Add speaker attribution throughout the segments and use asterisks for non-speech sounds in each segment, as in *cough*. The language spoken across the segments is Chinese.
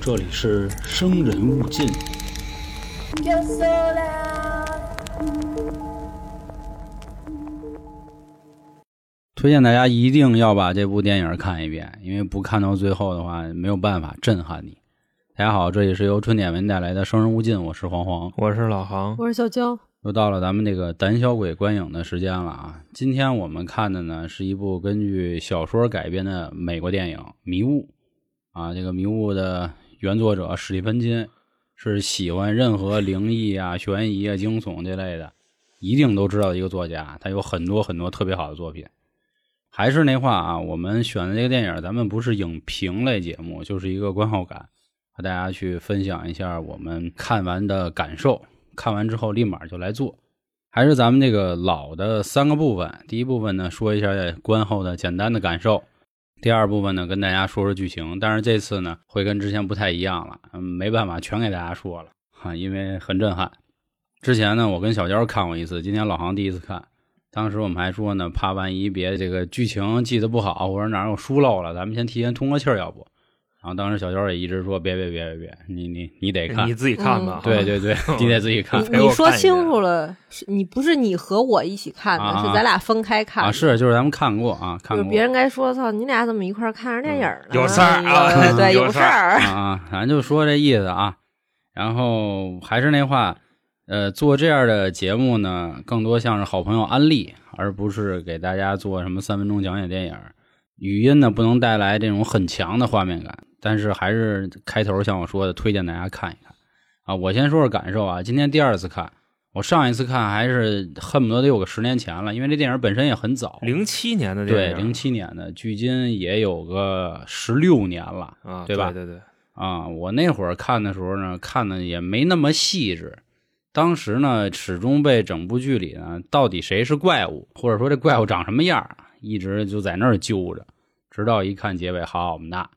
Speaker 1: 这里是《生人勿进》。
Speaker 2: Yo sola,
Speaker 3: 推荐大家一定要把这部电影看一遍，因为不看到最后的话，没有办法震撼你。大家好，这里是由春点文带来的《生人勿近》，我是黄黄，
Speaker 4: 我是老航，
Speaker 5: 我是小娇，
Speaker 3: 又到了咱们这个胆小鬼观影的时间了啊！今天我们看的呢是一部根据小说改编的美国电影《迷雾》啊，这个《迷雾》的原作者史蒂芬金是喜欢任何灵异啊、悬疑啊、惊悚这类的，一定都知道的一个作家，他有很多很多特别好的作品。还是那话啊，我们选的这个电影，咱们不是影评类节目，就是一个观后感，和大家去分享一下我们看完的感受。看完之后立马就来做，还是咱们这个老的三个部分。第一部分呢，说一下观后的简单的感受；第二部分呢，跟大家说说剧情。但是这次呢，会跟之前不太一样了，嗯，没办法全给大家说了哈，因为很震撼。之前呢，我跟小娇看过一次，今天老航第一次看。当时我们还说呢，怕万一别这个剧情记得不好，或者哪儿有疏漏了，咱们先提前通个气儿，要不？然后当时小娇也一直说别别别别别，你你你得看
Speaker 4: 你，自己看
Speaker 5: 嗯
Speaker 4: 吧。
Speaker 3: 对对对，你得自己看。
Speaker 4: 啊陪
Speaker 5: 你
Speaker 4: 我
Speaker 5: 说
Speaker 4: 看一
Speaker 5: 清
Speaker 4: 遍
Speaker 5: 楚了，是你不是你和我一起看的，
Speaker 3: 啊
Speaker 5: 是咱俩分开看的
Speaker 3: 啊，是就是咱们看过啊，看
Speaker 5: 就
Speaker 3: 过
Speaker 5: 是别人该说操，你俩怎么一块儿看着电影呢？
Speaker 4: 嗯有事儿啊
Speaker 5: 哎
Speaker 4: *laughs*
Speaker 5: 呦对，
Speaker 4: 有
Speaker 5: 有
Speaker 4: 事
Speaker 5: 事
Speaker 4: 儿
Speaker 5: 儿。
Speaker 3: 啊啊，咱就说这意思啊。然后还是那话，呃，做这样的节目呢，更多像是好朋友安利，而不是给大家做什么三分钟讲解电影。语音呢不能带来这种很强的画面感，但是还是开头像我说的，推荐大家看一看啊。我先说说感受啊，今天第二次看，我上一次看还是恨不得得有个十年前了，因为这电影本身也很早，
Speaker 4: 零七年的电
Speaker 3: 对，
Speaker 4: 影，
Speaker 3: 零七年的，距今也有个十六年了
Speaker 4: 啊，
Speaker 3: 对
Speaker 4: 对
Speaker 3: 吧
Speaker 4: 对对，
Speaker 3: 啊！我那会儿看的时候呢，看的也没那么细致。当时呢，始终被整部剧里呢，到底谁是怪物，或者说这怪物长什么样儿，一直就在那儿揪着，直到一看结尾，好好我们大。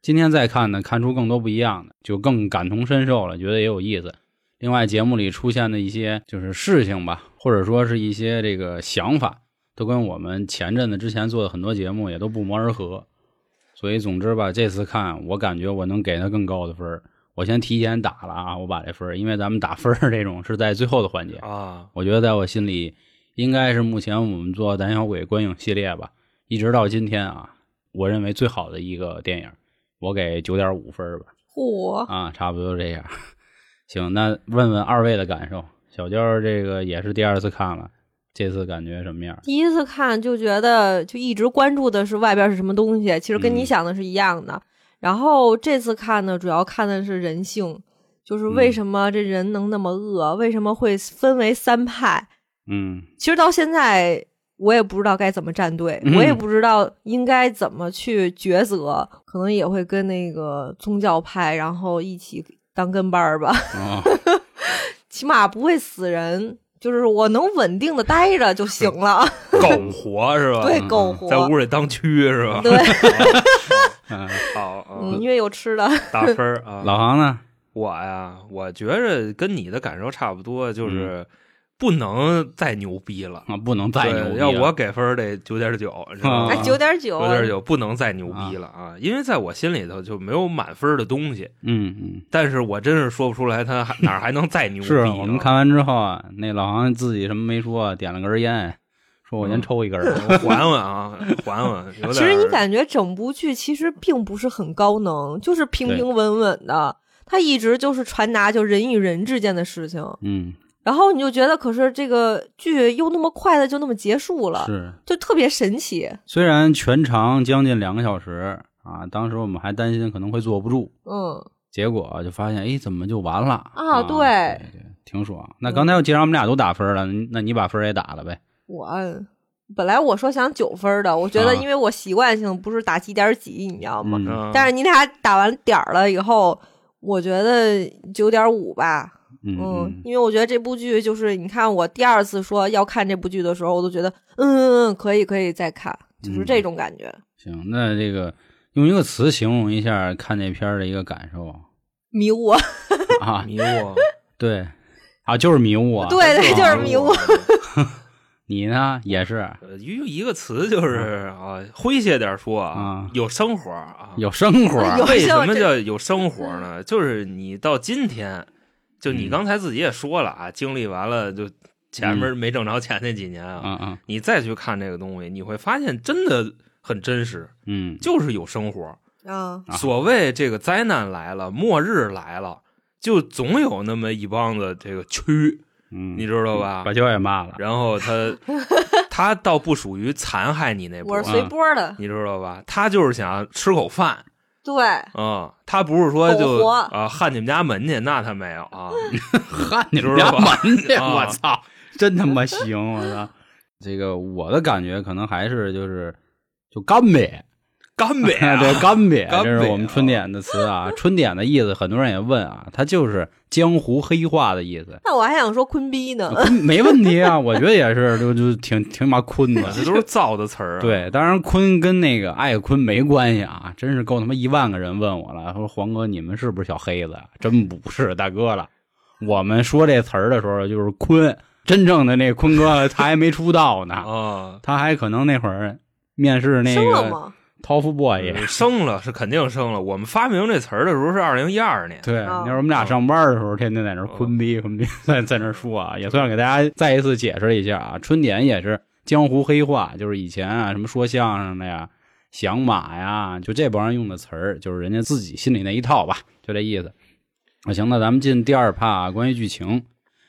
Speaker 3: 今天再看呢，看出更多不一样的，就更感同身受了，觉得也有意思。另外，节目里出现的一些就是事情吧，或者说是一些这个想法，都跟我们前阵子之前做的很多节目也都不谋而合。所以，总之吧，这次看我感觉我能给他更高的分儿。我先提前打了啊，我把这分儿，因为咱们打分儿这种是在最后的环节，
Speaker 5: *laughs*
Speaker 4: 啊，
Speaker 3: 我觉得在我心里应该是目前我们做胆小鬼观影系列吧，一直到今天啊，我认为最好的一个电影，我给九点五分儿吧。
Speaker 5: 嚯，
Speaker 3: 啊，差不多这样。 *laughs* 行，那问问二位的感受。小娇儿这个也是第二次看了，这次感觉什么样？
Speaker 5: 第一次看就觉得就一直关注的是外边是什么东西，其实跟你
Speaker 3: 嗯
Speaker 5: 想的是一样的。然后这次看呢，主要看的是人性，就是为
Speaker 3: 嗯
Speaker 5: 什么这人能那么恶，为什么会分为三派。
Speaker 3: 嗯
Speaker 5: 其实到现在我也不知道该怎么站队，
Speaker 3: 嗯
Speaker 5: 我也不知道应该怎么去抉择，可能也会跟那个宗教派，然后一起当跟班儿吧， *laughs*
Speaker 3: 啊、
Speaker 5: 起码不会死人，就是我能稳定的待着就行了。
Speaker 4: 苟活是吧？
Speaker 5: *laughs* 对，
Speaker 3: 嗯
Speaker 5: 苟
Speaker 4: 在
Speaker 5: 活，
Speaker 4: 屋里当蛆是吧？啊
Speaker 5: 对，
Speaker 3: *laughs* 嗯
Speaker 4: 好，啊
Speaker 5: 嗯，因为有吃的，
Speaker 4: 打分儿啊。
Speaker 3: 老航呢？
Speaker 4: 我呀，我觉着跟你的感受差不多，
Speaker 3: 嗯
Speaker 4: 就是不能再牛逼了。
Speaker 3: 啊，不能再
Speaker 4: 对
Speaker 3: 牛逼了
Speaker 4: 要我给分儿得九点九，你知道
Speaker 3: 啊
Speaker 4: 吗
Speaker 5: 哎，？九点
Speaker 4: 九，
Speaker 5: 九
Speaker 4: 嗯点九不能再牛逼了啊！因为在我心里头就没有满分的东西，
Speaker 3: 嗯嗯，
Speaker 4: 但是我真是说不出来他还哪儿还能再牛逼
Speaker 3: 是
Speaker 4: 啊。
Speaker 3: 我们看完之后啊，那老航自己什么没说啊，点了根烟，说
Speaker 4: 嗯
Speaker 3: 我先抽一根儿。
Speaker 4: 我缓缓啊，缓缓。有点
Speaker 5: 其实你感觉整部剧其实并不是很高能，就是平
Speaker 3: 对
Speaker 5: 平稳稳的，它一直就是传达就人与人之间的事情。
Speaker 3: 嗯，
Speaker 5: 然后你就觉得，可是这个剧又那么快的就那么结束了，
Speaker 3: 是。
Speaker 5: 就特别神奇。
Speaker 3: 虽然全长将近两个小时啊，当时我们还担心可能会坐不住，
Speaker 5: 嗯，
Speaker 3: 结果就发现，哎，怎么就完了
Speaker 5: 啊对
Speaker 3: 对对，挺爽。那刚才既然我们俩都打分了，那你把分也打了呗？
Speaker 5: 我本来我说想九分的，我觉
Speaker 3: 啊
Speaker 5: 得因为我习惯性不是打几点几，你知道吗？
Speaker 3: 嗯
Speaker 4: 嗯
Speaker 5: 但是你俩打完点儿了以后，我觉得九点五吧。
Speaker 3: 嗯
Speaker 5: 嗯
Speaker 3: 嗯，
Speaker 5: 因为我觉得这部剧就是，你看我第二次说要看这部剧的时候，我都觉得，嗯嗯嗯，可以可以再看，
Speaker 3: 嗯
Speaker 5: 就是这种感觉。
Speaker 3: 行，那这个用一个词形容一下看这片儿的一个感
Speaker 5: *laughs*
Speaker 3: 受
Speaker 5: 迷雾，
Speaker 3: 啊，
Speaker 4: 迷雾啊，
Speaker 3: 对，啊，就是迷雾啊，
Speaker 5: 对对，
Speaker 4: 是
Speaker 5: 就
Speaker 4: 吧
Speaker 5: 是迷雾。
Speaker 3: 你呢也是
Speaker 4: 哦呃一一个词就是啊，诙谐点说啊
Speaker 3: 啊，
Speaker 4: 有生活啊，
Speaker 3: 有生活，
Speaker 5: *laughs* 有
Speaker 4: 为
Speaker 5: 生
Speaker 4: 什
Speaker 5: 活
Speaker 4: 么
Speaker 5: 这
Speaker 4: 叫有生活呢？就是你到今天，就你
Speaker 3: 嗯
Speaker 4: 刚才自己也说了啊，经历完了就前面没挣着钱那几年啊，
Speaker 3: 嗯嗯
Speaker 4: 你再去看这个东西，你会发现真的很真实，
Speaker 3: 嗯，
Speaker 4: 就是有生活。
Speaker 5: 啊，
Speaker 3: 啊
Speaker 4: 所谓这个灾难来了，末日来了，就总有那么一帮子这个蛆，
Speaker 3: 嗯
Speaker 4: 你知道吧
Speaker 3: 把？娇也骂了，
Speaker 4: 然后他他倒不属于残害你那波
Speaker 5: 我是，随
Speaker 3: 啊
Speaker 5: 波的，
Speaker 4: 你知道吧？他就是想吃口饭。
Speaker 5: 对，
Speaker 4: 啊、他不是说
Speaker 5: 苟
Speaker 4: 就
Speaker 5: 活。
Speaker 4: 啊焊你们家门去，那他没有啊。
Speaker 3: 看你们
Speaker 4: 知
Speaker 3: 家
Speaker 4: 道吧
Speaker 3: 门去，
Speaker 4: 啊
Speaker 3: 我操，真他妈行，我操！这个我的感觉可能还是就是就干瘪，
Speaker 4: 干瘪
Speaker 3: *laughs*
Speaker 4: 啊、
Speaker 3: 对，干瘪，
Speaker 4: 干瘪
Speaker 3: 这是我们春点的词啊。春点的意思，很多人也问啊，它就是江湖黑话的意思 *laughs*
Speaker 5: 那我还想说坤逼呢，
Speaker 3: 坤没问题啊，我觉得也是，就就挺挺妈坤的 *laughs*
Speaker 4: 啊，。这都是造的词儿、啊。，
Speaker 3: 对，当然坤跟那个艾坤没关系啊，真是够他妈一万个人问我了，说黄哥你们是不是小黑子？真不是，大哥了。我们说这词儿的时候，就是坤，真正的那坤哥他还没出道呢，
Speaker 4: 啊，
Speaker 3: 他还可能那会儿面试
Speaker 5: *laughs*
Speaker 3: 那
Speaker 5: 生了
Speaker 3: 个
Speaker 5: 吗？
Speaker 3: Tough Boy，
Speaker 4: 生了是肯定生了。我们发明这词儿的时候是二零一二年，
Speaker 3: 对，
Speaker 5: 啊
Speaker 3: 那时候我们俩上班的时候，天天在那儿坤逼坤逼，在在那儿说啊，也算给大家再一次解释一下啊。春点也是江湖黑话，就是以前啊什么说相声的呀、响马呀，就这帮人用的词儿，就是人家自己心里那一套吧，就这意思。那啊行，那咱们进第二趴、啊，关于剧情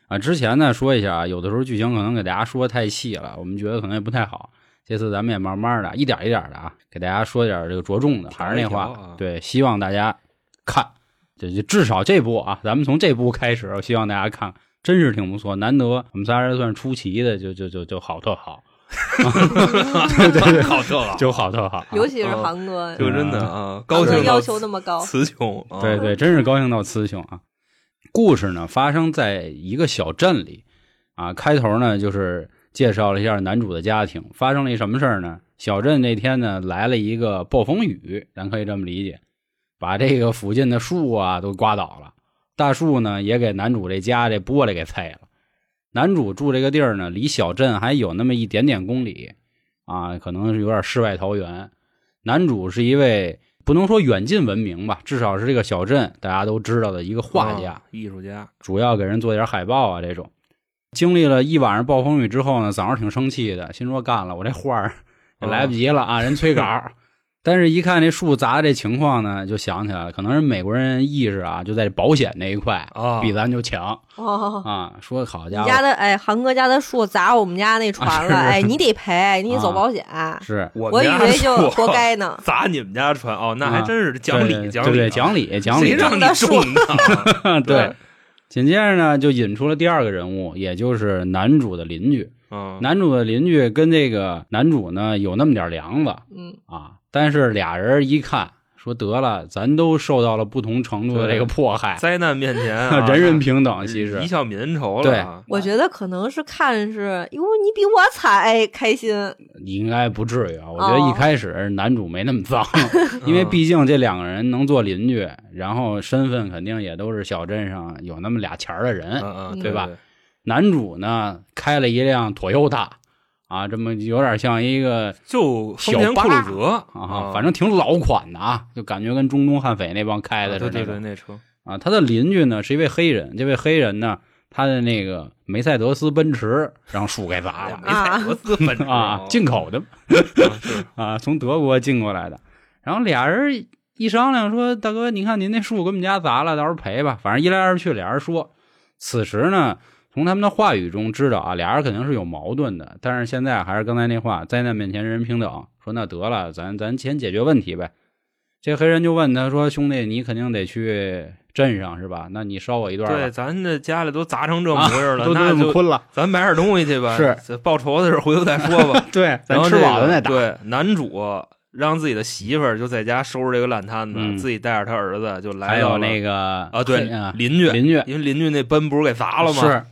Speaker 3: 啊。之前呢说一下啊，有的时候剧情可能给大家说太细了，我们觉得可能也不太好。这次咱们也慢慢的，一点一点的啊，给大家说点这个着重的。还是那
Speaker 4: 调一调
Speaker 3: 话
Speaker 4: 啊，
Speaker 3: 对，希望大家看，这就至少这部啊，咱们从这部开始，我希望大家看，真是挺不错，难得我们仨人算出奇的，就就就就好特好，对对对，
Speaker 4: 好
Speaker 3: *laughs*
Speaker 4: 这个
Speaker 3: 就好特好啊，
Speaker 5: 尤其是
Speaker 4: 啊
Speaker 5: 韩哥，
Speaker 4: 就真的啊，
Speaker 5: 韩
Speaker 4: 高
Speaker 5: 哥
Speaker 4: 兴
Speaker 5: 要
Speaker 4: 到
Speaker 5: 求那么高，
Speaker 4: 词穷。啊、
Speaker 3: 对对，真是高兴到雌雄啊！故事呢发生在一个小镇里啊，开头呢就是介绍了一下男主的家庭，发生了一什么事儿呢？小镇那天呢来了一个暴风雨，咱可以这么理解，把这个附近的树啊都刮倒了，大树呢也给男主这家这玻璃给碎了。男主住这个地儿呢，离小镇还有那么一点点公里啊，可能是有点世外桃源。男主是一位不能说远近闻名吧，至少是这个小镇大家都知道的一个画家，
Speaker 4: 啊艺术家，
Speaker 3: 主要给人做点海报啊这种。经历了一晚上暴风雨之后呢，早上挺生气的，心说干了，我这画儿也来不及了啊，人催稿儿。但是，一看这树砸这情况呢，就想起来了，可能是美国人意识啊，就在保险那一块
Speaker 4: 啊
Speaker 3: 比咱就强
Speaker 5: 哦。
Speaker 3: 啊。说好
Speaker 5: 你
Speaker 3: 家伙，
Speaker 5: 家的哎，韩哥家的树砸我们家那船了，
Speaker 3: 啊是
Speaker 5: 哎，你得赔，你得走
Speaker 3: 啊
Speaker 5: 保险。
Speaker 3: 是
Speaker 4: 我
Speaker 5: 我
Speaker 4: 们
Speaker 5: 以
Speaker 4: 家
Speaker 5: 为就
Speaker 4: 树，
Speaker 5: 活该呢
Speaker 4: 啊 *laughs* 砸你们家船哦，那
Speaker 3: 啊
Speaker 4: 还真是讲
Speaker 3: 对
Speaker 4: 理讲
Speaker 3: 对
Speaker 4: 理
Speaker 3: 对讲
Speaker 4: 理
Speaker 3: 理讲理，
Speaker 4: 谁让你中
Speaker 3: *laughs*
Speaker 4: 的？
Speaker 3: 对，紧接着呢，就引出了第二个人物，也就是男主的邻居。
Speaker 4: 嗯，
Speaker 3: 男主的邻居跟这个男主呢有那么点梁子
Speaker 5: 嗯，
Speaker 3: 啊，但是俩人一看，说得了，咱都受到了不同程度的这个迫害，，
Speaker 4: 灾难面前、啊
Speaker 3: *laughs* 人人平等，其实
Speaker 4: 一笑泯恩仇
Speaker 3: 对
Speaker 4: 了啊。
Speaker 5: 我觉得可能是看是，哟，你比我惨，哎，开心，
Speaker 3: 应该不至于啊。我觉得一开始男主没那么脏， *laughs* 因为
Speaker 4: 嗯
Speaker 3: 毕竟这两个人能做邻居，然后身份肯定也都是小镇上有那么俩钱儿的人，
Speaker 4: 嗯嗯，
Speaker 3: 对吧
Speaker 4: 对？
Speaker 3: 男主呢开了一辆 Toyota 啊，这么有点像一个
Speaker 4: 就丰
Speaker 3: 小
Speaker 4: 田
Speaker 3: 巴
Speaker 4: 酷路泽
Speaker 3: 啊，反正挺老款的啊，就感觉跟中东悍匪那帮开的
Speaker 4: 啊
Speaker 3: 似
Speaker 4: 对
Speaker 3: 的那
Speaker 4: 对对，
Speaker 3: 种
Speaker 4: 那车
Speaker 3: 啊。他的邻居呢是一位黑人，这位黑人呢他的那个梅赛德斯奔驰让树给砸
Speaker 4: 呀
Speaker 3: 了
Speaker 4: 梅赛德斯奔驰
Speaker 3: 啊，进口的 *laughs*
Speaker 4: 啊是
Speaker 3: 啊，从德国进过来的。然后俩人一商量说：“大哥，你看您那树给我们家砸了，到时候赔吧。”反正一来二去，俩人说。此时呢，从他们的话语中知道啊，俩人肯定是有矛盾的。但是现在还是刚才那话，灾难面前人人平等。说那得了，咱咱先解决问题呗。这黑人就问他说：“兄弟，你肯定得去镇上是吧？那你捎我一段
Speaker 4: 对，
Speaker 3: 吧。
Speaker 4: 咱这家里都砸成这模样了，
Speaker 3: 啊都
Speaker 4: 那
Speaker 3: 这么
Speaker 4: 就
Speaker 3: 困了，
Speaker 4: 咱买点东西去吧。
Speaker 3: 是。
Speaker 4: 这报仇的事儿回头再说吧
Speaker 3: 对，咱
Speaker 4: 然后
Speaker 3: 吃饱了
Speaker 4: 这
Speaker 3: 再
Speaker 4: 个
Speaker 3: 打。
Speaker 4: 对，男主让自己的媳妇儿就在家收拾这个烂摊子，
Speaker 3: 嗯
Speaker 4: 自己带着他儿子就来
Speaker 3: 还
Speaker 4: 到
Speaker 3: 有
Speaker 4: 了
Speaker 3: 那个
Speaker 4: 啊，对
Speaker 3: 黑啊，
Speaker 4: 邻居，
Speaker 3: 邻居
Speaker 4: 因为邻居那奔不是给砸了吗？
Speaker 3: 是，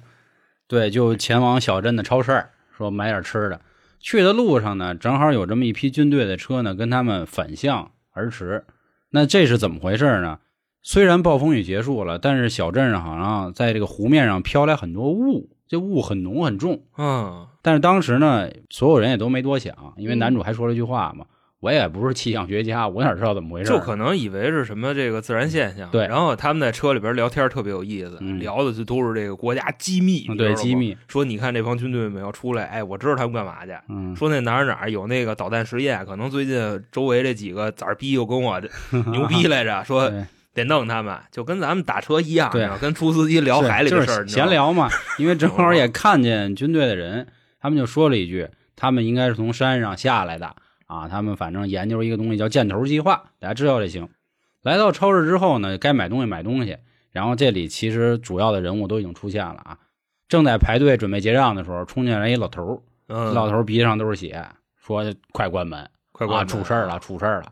Speaker 3: 对，就前往小镇的超市儿，说买点吃的。去的路上呢，正好有这么一批军队的车呢，跟他们反向而驰。那这是怎么回事呢？虽然暴风雨结束了，但是小镇上好像在这个湖面上飘来很多雾，这雾很浓很重。
Speaker 4: 嗯
Speaker 3: 但是当时呢，所有人也都没多想，因为
Speaker 5: 嗯
Speaker 3: 男主还说了一句话嘛：“我也不是气象学家，我哪知道怎么回事儿？”
Speaker 4: 就可能以为是什么这个自然现象，
Speaker 3: 对
Speaker 4: 然后他们在车里边聊天特别有意思，
Speaker 3: 嗯
Speaker 4: 聊的就都是这个国家机密，
Speaker 3: 嗯
Speaker 4: 你知道
Speaker 3: 对
Speaker 4: 吗
Speaker 3: 机密。
Speaker 4: 说你看这帮军队们要出来，哎，我知道他们干嘛去。
Speaker 3: 嗯，
Speaker 4: 说那哪儿哪儿有那个导弹实验，可能最近周围这几个崽儿逼又
Speaker 3: *laughs*
Speaker 4: 跟我这牛逼来着，说
Speaker 3: 对
Speaker 4: 得弄他们，就跟咱们打车一样，
Speaker 3: 对
Speaker 4: 你知道跟出租司机聊
Speaker 3: 是
Speaker 4: 海里
Speaker 3: 就
Speaker 4: 的
Speaker 3: 是
Speaker 4: 事儿，你知道
Speaker 3: 闲
Speaker 4: 吗。
Speaker 3: 聊
Speaker 4: *laughs*
Speaker 3: 嘛。因为正好也看见军队的人，他们就说了一句：“他们应该是从山上下来的啊，他们反正研究一个东西叫箭头计划，大家知道就行。”来到超市之后呢，该买东西买东西，然后这里其实主要的人物都已经出现了啊。正在排队准备结账的时候，冲进来一老头儿，
Speaker 4: 嗯，
Speaker 3: 老头儿鼻子上都是血，说快关门，
Speaker 4: 快
Speaker 3: 啊，
Speaker 4: 关
Speaker 3: 出事儿了，，出事儿了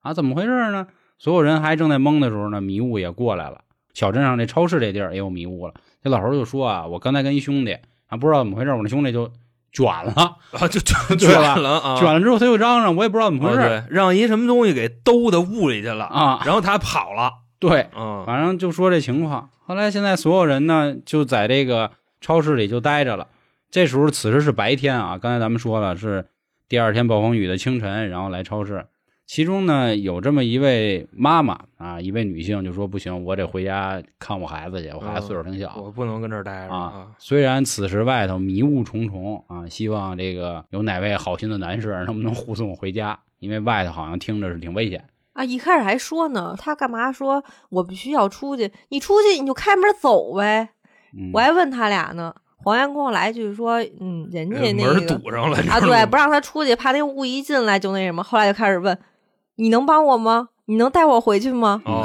Speaker 3: 啊！怎么回事儿呢？所有人还正在懵的时候呢，迷雾也过来了。小镇上这超市这地儿也有迷雾了。这老头儿就说啊，我刚才跟一兄弟啊，不知道怎么回事儿，我那兄弟就卷了，
Speaker 4: 啊，就就
Speaker 3: *laughs* 对吧
Speaker 4: 卷了啊，
Speaker 3: 卷了之后他又嚷嚷，我也不知道怎么
Speaker 4: 啊
Speaker 3: 回事儿
Speaker 4: 对，让一什么东西给兜到雾里去了，
Speaker 3: 啊。
Speaker 4: 然后他跑了，
Speaker 3: 对，
Speaker 4: 嗯，
Speaker 3: 反正就说这情况。后来现在所有人呢就在这个超市里就待着了。这时候此时是白天啊，刚才咱们说了是第二天暴风雨的清晨，然后来超市。其中呢有这么一位妈妈啊，一位女性就说不行，我得回家看我孩子去，我孩子岁数挺小。
Speaker 4: 嗯我不能跟这儿待着
Speaker 3: 啊，虽然此时外头迷雾重重啊，希望这个有哪位好心的男士能不能护送我回家，因为外头好像听着是挺危险。
Speaker 5: 啊，一开始还说呢，他干嘛说我必须要出去？你出去你就开门走呗。
Speaker 3: 嗯、
Speaker 5: 我还问他俩呢，黄岩跟我来一句说，嗯，人家
Speaker 4: 呃门
Speaker 5: 那个
Speaker 4: 儿堵
Speaker 3: *laughs*
Speaker 4: 上了
Speaker 5: 啊，对，不
Speaker 4: 是
Speaker 5: 让他出去，怕那雾一进来就那什么。后来就开始问，你能帮我吗？你能带我回去
Speaker 3: *laughs*
Speaker 5: 吗？ *laughs*
Speaker 4: 哦，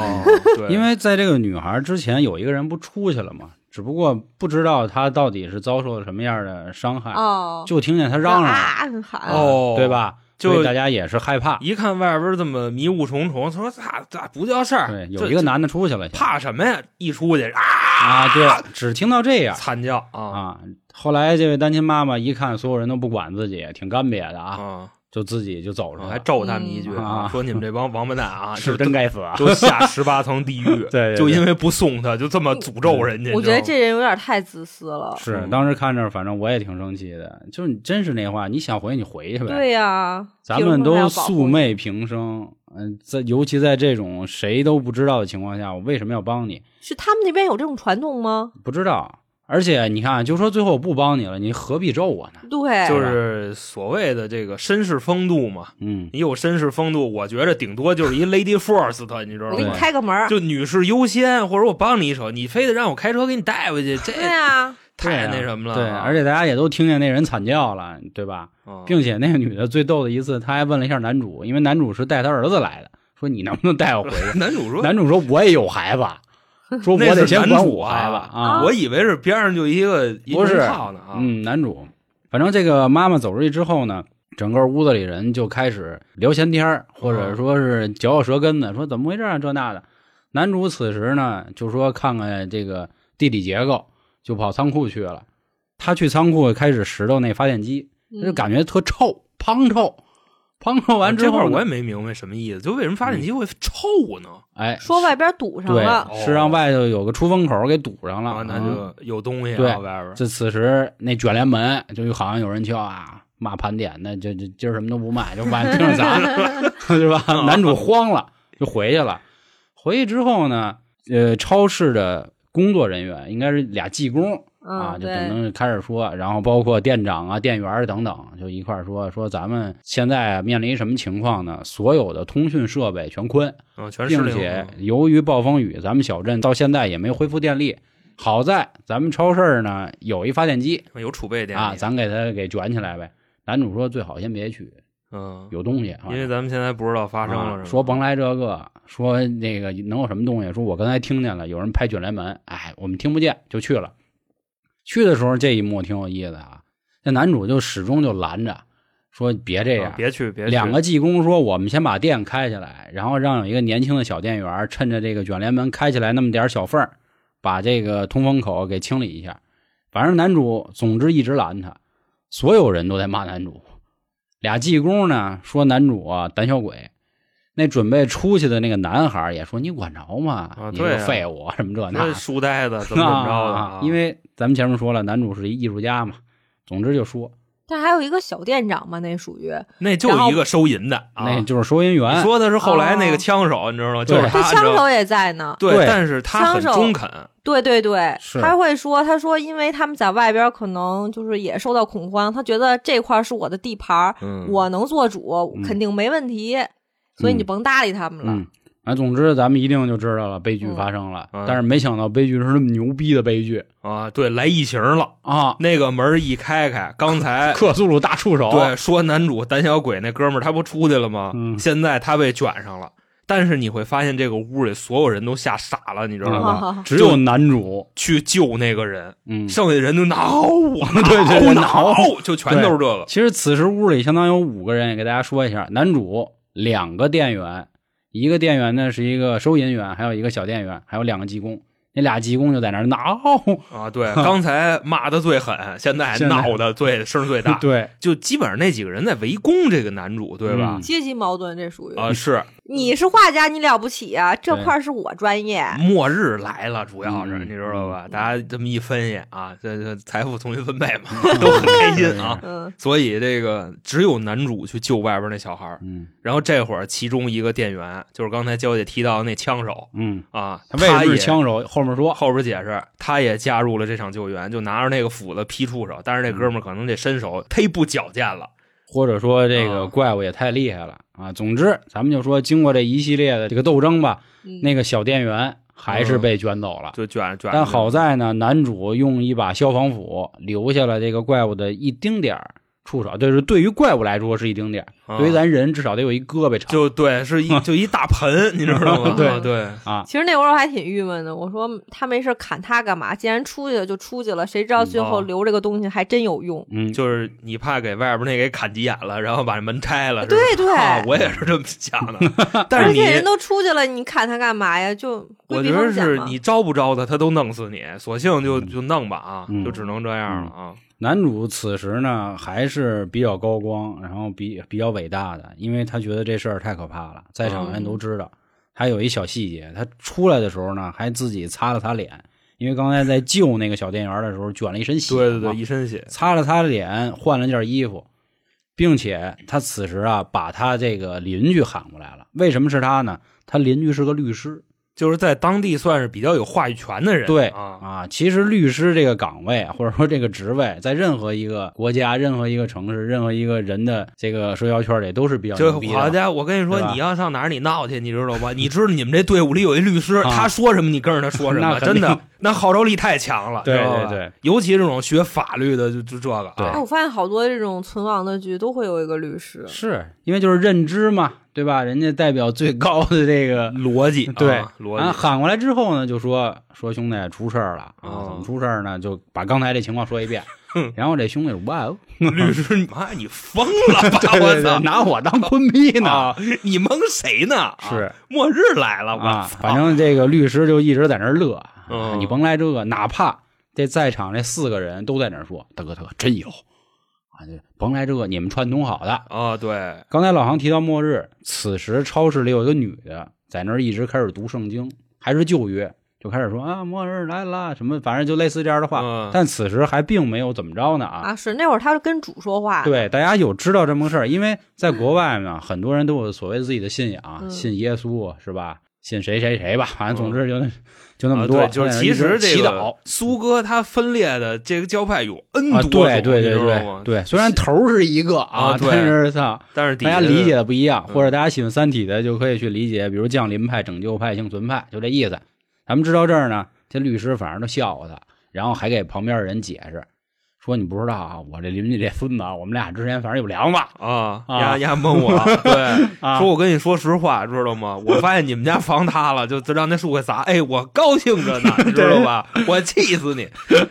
Speaker 4: 对，
Speaker 3: 因为在这个女孩之前有一个人不出去了嘛，只不过不知道她到底是遭受了什么样的伤害，
Speaker 5: 哦，
Speaker 3: 啊就听见她嚷嚷，
Speaker 5: 啊喊
Speaker 4: 哦
Speaker 3: 对吧？
Speaker 4: 就
Speaker 3: 所以大家也是害怕。
Speaker 4: 一看外边这么迷雾重重，他说咋咋不叫事儿？
Speaker 3: 对，
Speaker 4: 这
Speaker 3: 有一个男的出去了，
Speaker 4: 怕什么呀？一出去啊，
Speaker 3: 啊，对，只听到这样
Speaker 4: 惨叫啊
Speaker 3: 啊。后来这位单亲妈妈一看所有人都不管自己，挺干瘪的啊，
Speaker 4: 啊！
Speaker 3: 就自己就走出
Speaker 4: 还
Speaker 3: 来，
Speaker 4: 咒他们一句
Speaker 3: 嗯啊
Speaker 4: 说你们这帮王八蛋
Speaker 3: *laughs*
Speaker 4: 啊，
Speaker 3: 是
Speaker 4: 就
Speaker 3: 真该死啊！，
Speaker 4: *laughs* 都下十八层地狱
Speaker 3: *laughs* 对对对
Speaker 4: 就因为不送他，就这么诅咒人家。
Speaker 5: 我觉得
Speaker 4: 你知
Speaker 5: 这人有点太自私了。
Speaker 3: 是，
Speaker 4: 嗯
Speaker 3: 当时看着，反正我也挺生气的。就是你真是那话，你想回你回去呗。
Speaker 5: 对呀、
Speaker 3: 咱们都素昧平生，嗯，在尤其在这种谁都不知道的情况下，我为什么要帮你？
Speaker 5: 是他们那边有这种传统吗？
Speaker 3: 不知道，而且你看，啊就说最后我不帮你了，你何必咒我呢？
Speaker 5: 对，
Speaker 4: 道吗就是所谓的这个绅士风度嘛，
Speaker 3: 嗯，
Speaker 4: *laughs* 你有绅士风度，我觉着顶多就是一 lady first，你知道
Speaker 5: 我给你
Speaker 4: 吗
Speaker 3: 对？
Speaker 5: 开个门儿。
Speaker 4: 就女士优先，或者我帮你一手，你非得让我开车给你带回去，这
Speaker 5: 对啊，
Speaker 4: 太
Speaker 3: 对啊
Speaker 4: 那什么了啊。
Speaker 3: 对，而且大家也都听见那人惨叫了，对吧？
Speaker 4: 嗯
Speaker 3: 并且那个女的最逗的一次，她还问了一下男主，因为男主是带他儿子来的，说你能不能
Speaker 4: *laughs*
Speaker 3: 带我回去？
Speaker 4: *laughs* 男主说：“
Speaker 3: 男主说我也有孩子，说我
Speaker 4: 那
Speaker 3: 得
Speaker 4: 是
Speaker 3: 先
Speaker 4: 男
Speaker 3: 管
Speaker 4: 主
Speaker 3: 我
Speaker 4: 啊
Speaker 3: 孩子啊。
Speaker 4: 我以为是边上就一个一
Speaker 3: 不是
Speaker 4: 人套呢啊，
Speaker 3: 嗯，男主，反正这个妈妈走出去之后呢，整个屋子里人就开始聊闲天儿，或者说是嚼嚼舌根子，说怎么回事啊，这那的。男主此时呢，就说看看这个地理结构，就跑仓库去了。他去仓库开始拾掇那发电机，就感觉特臭，滂臭。滂臭完之
Speaker 4: 啊哦这块
Speaker 3: 后
Speaker 4: 儿我
Speaker 3: 呢，
Speaker 4: 也没明白什么意思，就为什么发电机会臭呢？
Speaker 3: 哎，
Speaker 5: 说外边堵上
Speaker 3: 对
Speaker 5: 了，
Speaker 3: 是让外头有个出风口给堵上了
Speaker 4: 啊，哦那
Speaker 3: 嗯
Speaker 4: 就有东西啊
Speaker 3: 对
Speaker 4: 外边。
Speaker 3: 这此时那卷帘门就好像有人叫啊骂盘点的，这这今儿什么都不卖，就把 *laughs* 盯上咱了，是吧？ *laughs* 男主慌了，就回去了。回去之后呢，呃，超市的工作人员应该是俩技工啊，
Speaker 5: 嗯，
Speaker 3: 就
Speaker 5: 对，
Speaker 3: 可能开始说，然后包括店长啊、店员儿等等，就一块儿说说咱们现在面临什么情况呢？所有的通讯设备全关，
Speaker 4: 嗯，全是
Speaker 3: 并
Speaker 4: 零
Speaker 3: 且由于暴风雨，咱们小镇到现在也没恢复电力。好在咱们超市呢有一发电机
Speaker 4: 有储备电力
Speaker 3: 啊，咱给它给卷起来呗。男主说最好先别去，
Speaker 4: 嗯，
Speaker 3: 有东西啊。
Speaker 4: 因为咱们现在不知道发生了什
Speaker 3: 啊
Speaker 4: 么，
Speaker 3: 说甭来这个，说那个能有什么东西？说我刚才听见了，有人拍卷帘门，哎，我们听不见，就去了。去的时候这一幕挺有意思啊，那男主就始终就拦着，说别这样
Speaker 4: 啊，别去别去
Speaker 3: 两个技工说：“我们先把店开起来，然后让有一个年轻的小店员趁着这个卷帘门开起来那么点儿小缝儿，把这个通风口给清理一下。”反正男主总之一直拦他，所有人都在骂男主。俩技工呢说男主啊胆小鬼，那准备出去的那个男孩儿也说：“你管着吗？
Speaker 4: 啊
Speaker 3: 你
Speaker 4: 对
Speaker 3: 是
Speaker 4: 啊
Speaker 3: 废物什么这那
Speaker 4: 那
Speaker 3: 的
Speaker 4: 书呆子怎么怎么着的
Speaker 3: 啊
Speaker 4: 啊？
Speaker 3: 因为咱们前面说了，男主是一艺术家嘛。总之就说，
Speaker 5: 但还有一个小店长嘛，那属
Speaker 3: *laughs* 啊
Speaker 5: 于
Speaker 4: 那就一个收银的啊，
Speaker 3: 那就是收银
Speaker 4: 你
Speaker 3: 员。
Speaker 4: 说的是后来那个枪手，你知道吗？就是
Speaker 3: 对
Speaker 5: 这
Speaker 4: 他，你知
Speaker 5: 枪
Speaker 4: 道
Speaker 5: 手
Speaker 4: 吗
Speaker 5: 也在呢。
Speaker 3: 对
Speaker 4: 对，但是他很
Speaker 5: 枪手
Speaker 4: 中肯，
Speaker 5: 对对对
Speaker 3: 是，
Speaker 5: 他会说，他说因为他们在外边可能就是也受到恐慌，他觉得这块儿是我的地盘儿，
Speaker 4: 嗯，
Speaker 5: 我能做主，
Speaker 3: 嗯
Speaker 5: 肯定没问题，所以你就甭搭理他们了。
Speaker 3: 嗯，啊，总之咱们一定就知道了，悲剧发生了。
Speaker 4: 嗯
Speaker 3: 但是没想到悲剧是那么牛逼的悲剧
Speaker 4: 啊，对，来疫情了，
Speaker 3: 啊！
Speaker 4: 那个门儿一开开，刚才
Speaker 3: 克苏鲁大触手，
Speaker 4: 对，说男主胆小鬼那哥们儿他不出去了吗？
Speaker 3: 嗯
Speaker 4: 现在他被卷上了，但是你会发现这个屋里所有人都吓傻了，你知道
Speaker 3: 嗯
Speaker 4: 吗？ *laughs*
Speaker 5: 啊
Speaker 3: 只有男主，
Speaker 4: 去救那个人，
Speaker 3: 嗯，
Speaker 4: 剩下的人都挠我，
Speaker 3: *laughs* 对对对
Speaker 4: 挠
Speaker 3: 挠，
Speaker 4: 就全都是这个。
Speaker 3: 其实此时屋里相当有五个人，也给大家说一下：男主两个店员，一个店员呢是一个收银员，还有一个小店员，还有两个技工。那俩技工就在那儿
Speaker 4: *laughs*
Speaker 3: 挠，
Speaker 4: 啊，对，刚才骂的最狠，现在
Speaker 3: 现在，
Speaker 4: 闹的最声儿最大
Speaker 3: 对，
Speaker 4: 就基本上那几个人在围攻这个男主，对吧？
Speaker 3: 嗯
Speaker 5: 阶级矛盾这属于、
Speaker 4: 啊，是
Speaker 5: 你是画家，你了不起啊，这
Speaker 3: 对
Speaker 5: 块儿是我专业。
Speaker 4: 末日来了，主要是
Speaker 3: 嗯
Speaker 4: 你知道吧？
Speaker 5: 嗯
Speaker 4: 大家这么一分析啊，这这财富重新分配嘛，
Speaker 3: 嗯
Speaker 4: *laughs* 都很开心啊。
Speaker 5: 嗯，
Speaker 4: 所以这个只有男主去救外边那小孩儿，
Speaker 3: 嗯
Speaker 4: 然后这会儿其中一个店员，就是刚才娇姐提到那枪手
Speaker 3: 嗯，
Speaker 4: 啊，
Speaker 3: 他为什
Speaker 4: 他
Speaker 3: 么
Speaker 4: 也
Speaker 3: 是枪手？后面说，
Speaker 4: 后边解释，他也加入了这场救援，就拿着那个斧子劈触手，但是那哥们儿可能这身手忒不矫健了，
Speaker 3: 或者说这个
Speaker 4: 啊
Speaker 3: 怪物也太厉害了啊！总之，咱们就说经过这一系列的这个斗争吧，
Speaker 5: 嗯
Speaker 3: 那个小店员还是
Speaker 4: 嗯
Speaker 3: 被卷走了。
Speaker 4: 就卷卷。
Speaker 3: 但好，在呢，男主用一把消防斧留下了这个怪物的一丁点儿触手，就是对于怪物来说是一丁点儿，
Speaker 4: 啊
Speaker 3: 对于咱人至少得有一胳膊长。
Speaker 4: 就对，是
Speaker 3: *laughs*
Speaker 4: 一就一大盆，你知道吗？
Speaker 5: 对
Speaker 4: 对，
Speaker 3: 啊，
Speaker 5: 其实那会儿我还挺郁闷的，我说他没事砍他干嘛？既然出去了就出去了，谁知道最后
Speaker 4: 嗯
Speaker 5: 留这个东西还真有用。
Speaker 3: 嗯，
Speaker 4: 就是你怕给外边那给砍急眼了，然后把门拆了，是吧
Speaker 5: 对对
Speaker 4: 啊我也是这么想
Speaker 3: *laughs*
Speaker 4: 的。但
Speaker 5: 而
Speaker 4: 是你
Speaker 5: 且人都出去了，你砍他干嘛呀？就规
Speaker 4: 我
Speaker 5: 避
Speaker 4: 觉
Speaker 5: 风
Speaker 4: 得
Speaker 5: 险
Speaker 4: 是
Speaker 5: 嘛。
Speaker 4: 你招不招他，他都弄死你，索性就就弄吧啊，
Speaker 3: 嗯
Speaker 4: 就只能这样了啊。
Speaker 3: 男主此时呢还是比较高光，然后比比较伟大的，因为他觉得这事儿太可怕了，在场人都知
Speaker 4: 嗯
Speaker 3: 道。还有一小细节，他出来的时候呢，还自己擦了擦脸，因为刚才在救那个小店员的时候卷了一身血嘛。
Speaker 4: 对对对，一身血，
Speaker 3: 擦了擦脸，换了件衣服，并且他此时啊，把他这个邻居喊过来了。为什么是他呢？他邻居是个律师，
Speaker 4: 就是在当地算是比较有话语权的人。
Speaker 3: 对
Speaker 4: 啊，
Speaker 3: 其实律师这个岗位啊或者说这个职位，在任何一个国家、任何一个城市、任何一个人的这个社交圈里都是比较
Speaker 4: 就是
Speaker 3: 牛逼
Speaker 4: 好
Speaker 3: 的。啊
Speaker 4: 家伙，我跟你
Speaker 3: 对吧
Speaker 4: 说，你要上哪儿你闹去，你知道吗？你知道你们这队伍里有一律师，
Speaker 3: 啊
Speaker 4: 他说什么你跟着他说什
Speaker 3: 那
Speaker 4: 么，
Speaker 3: 肯定
Speaker 4: 真的，那号召力太强了。
Speaker 3: 对
Speaker 4: 知道吧
Speaker 3: 对对，
Speaker 4: 尤其这种学法律的，就就这个
Speaker 3: 对
Speaker 5: 哎，
Speaker 4: 啊
Speaker 5: 我发现好多这种存亡的剧都会有一个律师，
Speaker 3: 是因为就是认知嘛，对吧？人家代表最高的这个
Speaker 4: 逻辑，
Speaker 3: 对
Speaker 4: 啊
Speaker 3: 啊，
Speaker 4: 逻辑。
Speaker 3: 喊过来之后呢，就说说兄弟出事儿了啊
Speaker 4: 哦，
Speaker 3: 怎么出事儿呢？就把刚才这情况说一
Speaker 4: *laughs*
Speaker 3: 遍，然后这兄弟说哇哦，
Speaker 4: 律师，你妈你疯了吧！
Speaker 3: *laughs* 对
Speaker 4: *laughs* 我
Speaker 3: 对
Speaker 4: 操
Speaker 3: 对，，拿我当坤逼呢。
Speaker 4: 啊，你蒙谁呢？啊
Speaker 3: 是
Speaker 4: 末日来了，我
Speaker 3: 啊，
Speaker 4: 操
Speaker 3: 反正这个律师就一直在那儿乐，
Speaker 4: 嗯
Speaker 3: 啊你甭来这个，哪怕这在场这四个人都在那儿说，大哥大哥真有啊，这甭来这个，你们串通好的。
Speaker 4: 啊，对，
Speaker 3: 刚才老航提到末日，此时超市里有一个女的在那儿一直开始读圣经，还是旧约，就开始说啊末日来了什么，反正就类似这样的话。
Speaker 4: 嗯
Speaker 3: 但此时还并没有怎么着呢啊。
Speaker 5: 啊，是那会儿他是跟主说话，，
Speaker 3: 对，大家有知道这么个事儿，因为在国外呢，很多人都有所谓自己的信仰，
Speaker 5: 嗯
Speaker 3: 信耶稣是吧？信谁谁谁吧，反正总
Speaker 4: 嗯
Speaker 3: 之就那、就那么
Speaker 4: 啊
Speaker 3: 多。哎
Speaker 4: 对就是
Speaker 3: 那
Speaker 4: 其实这个
Speaker 3: 祈祷。
Speaker 4: 苏哥他分裂的这个教派有 N
Speaker 3: 啊，
Speaker 4: 多种，
Speaker 3: 对对对
Speaker 4: 你知道
Speaker 3: 对
Speaker 4: 吗？
Speaker 3: 对，虽然头儿是一个
Speaker 4: 啊对
Speaker 3: 但是操，
Speaker 4: 但是底
Speaker 3: 大
Speaker 4: 下
Speaker 3: 家
Speaker 4: 的
Speaker 3: 理解的不一样，
Speaker 4: 嗯
Speaker 3: 或者大家喜欢《三体》的就可以去理解，比如降临派、拯救派、幸存派，就这意思。咱们知道这儿呢，这律师反正都笑话他，然后还给旁边人解释，说你不知道啊，我这邻居这孙子啊，我们俩之前反正有梁子
Speaker 4: 啊，
Speaker 3: 啊
Speaker 4: 丫丫蒙
Speaker 3: *laughs*
Speaker 4: 我，对，
Speaker 3: 啊，
Speaker 4: 说我跟你说实话，知道吗？我发现你们家房塌了，就就让那树给砸，哎，我高兴着
Speaker 3: *laughs*
Speaker 4: 呢，你知道吧？我气死你！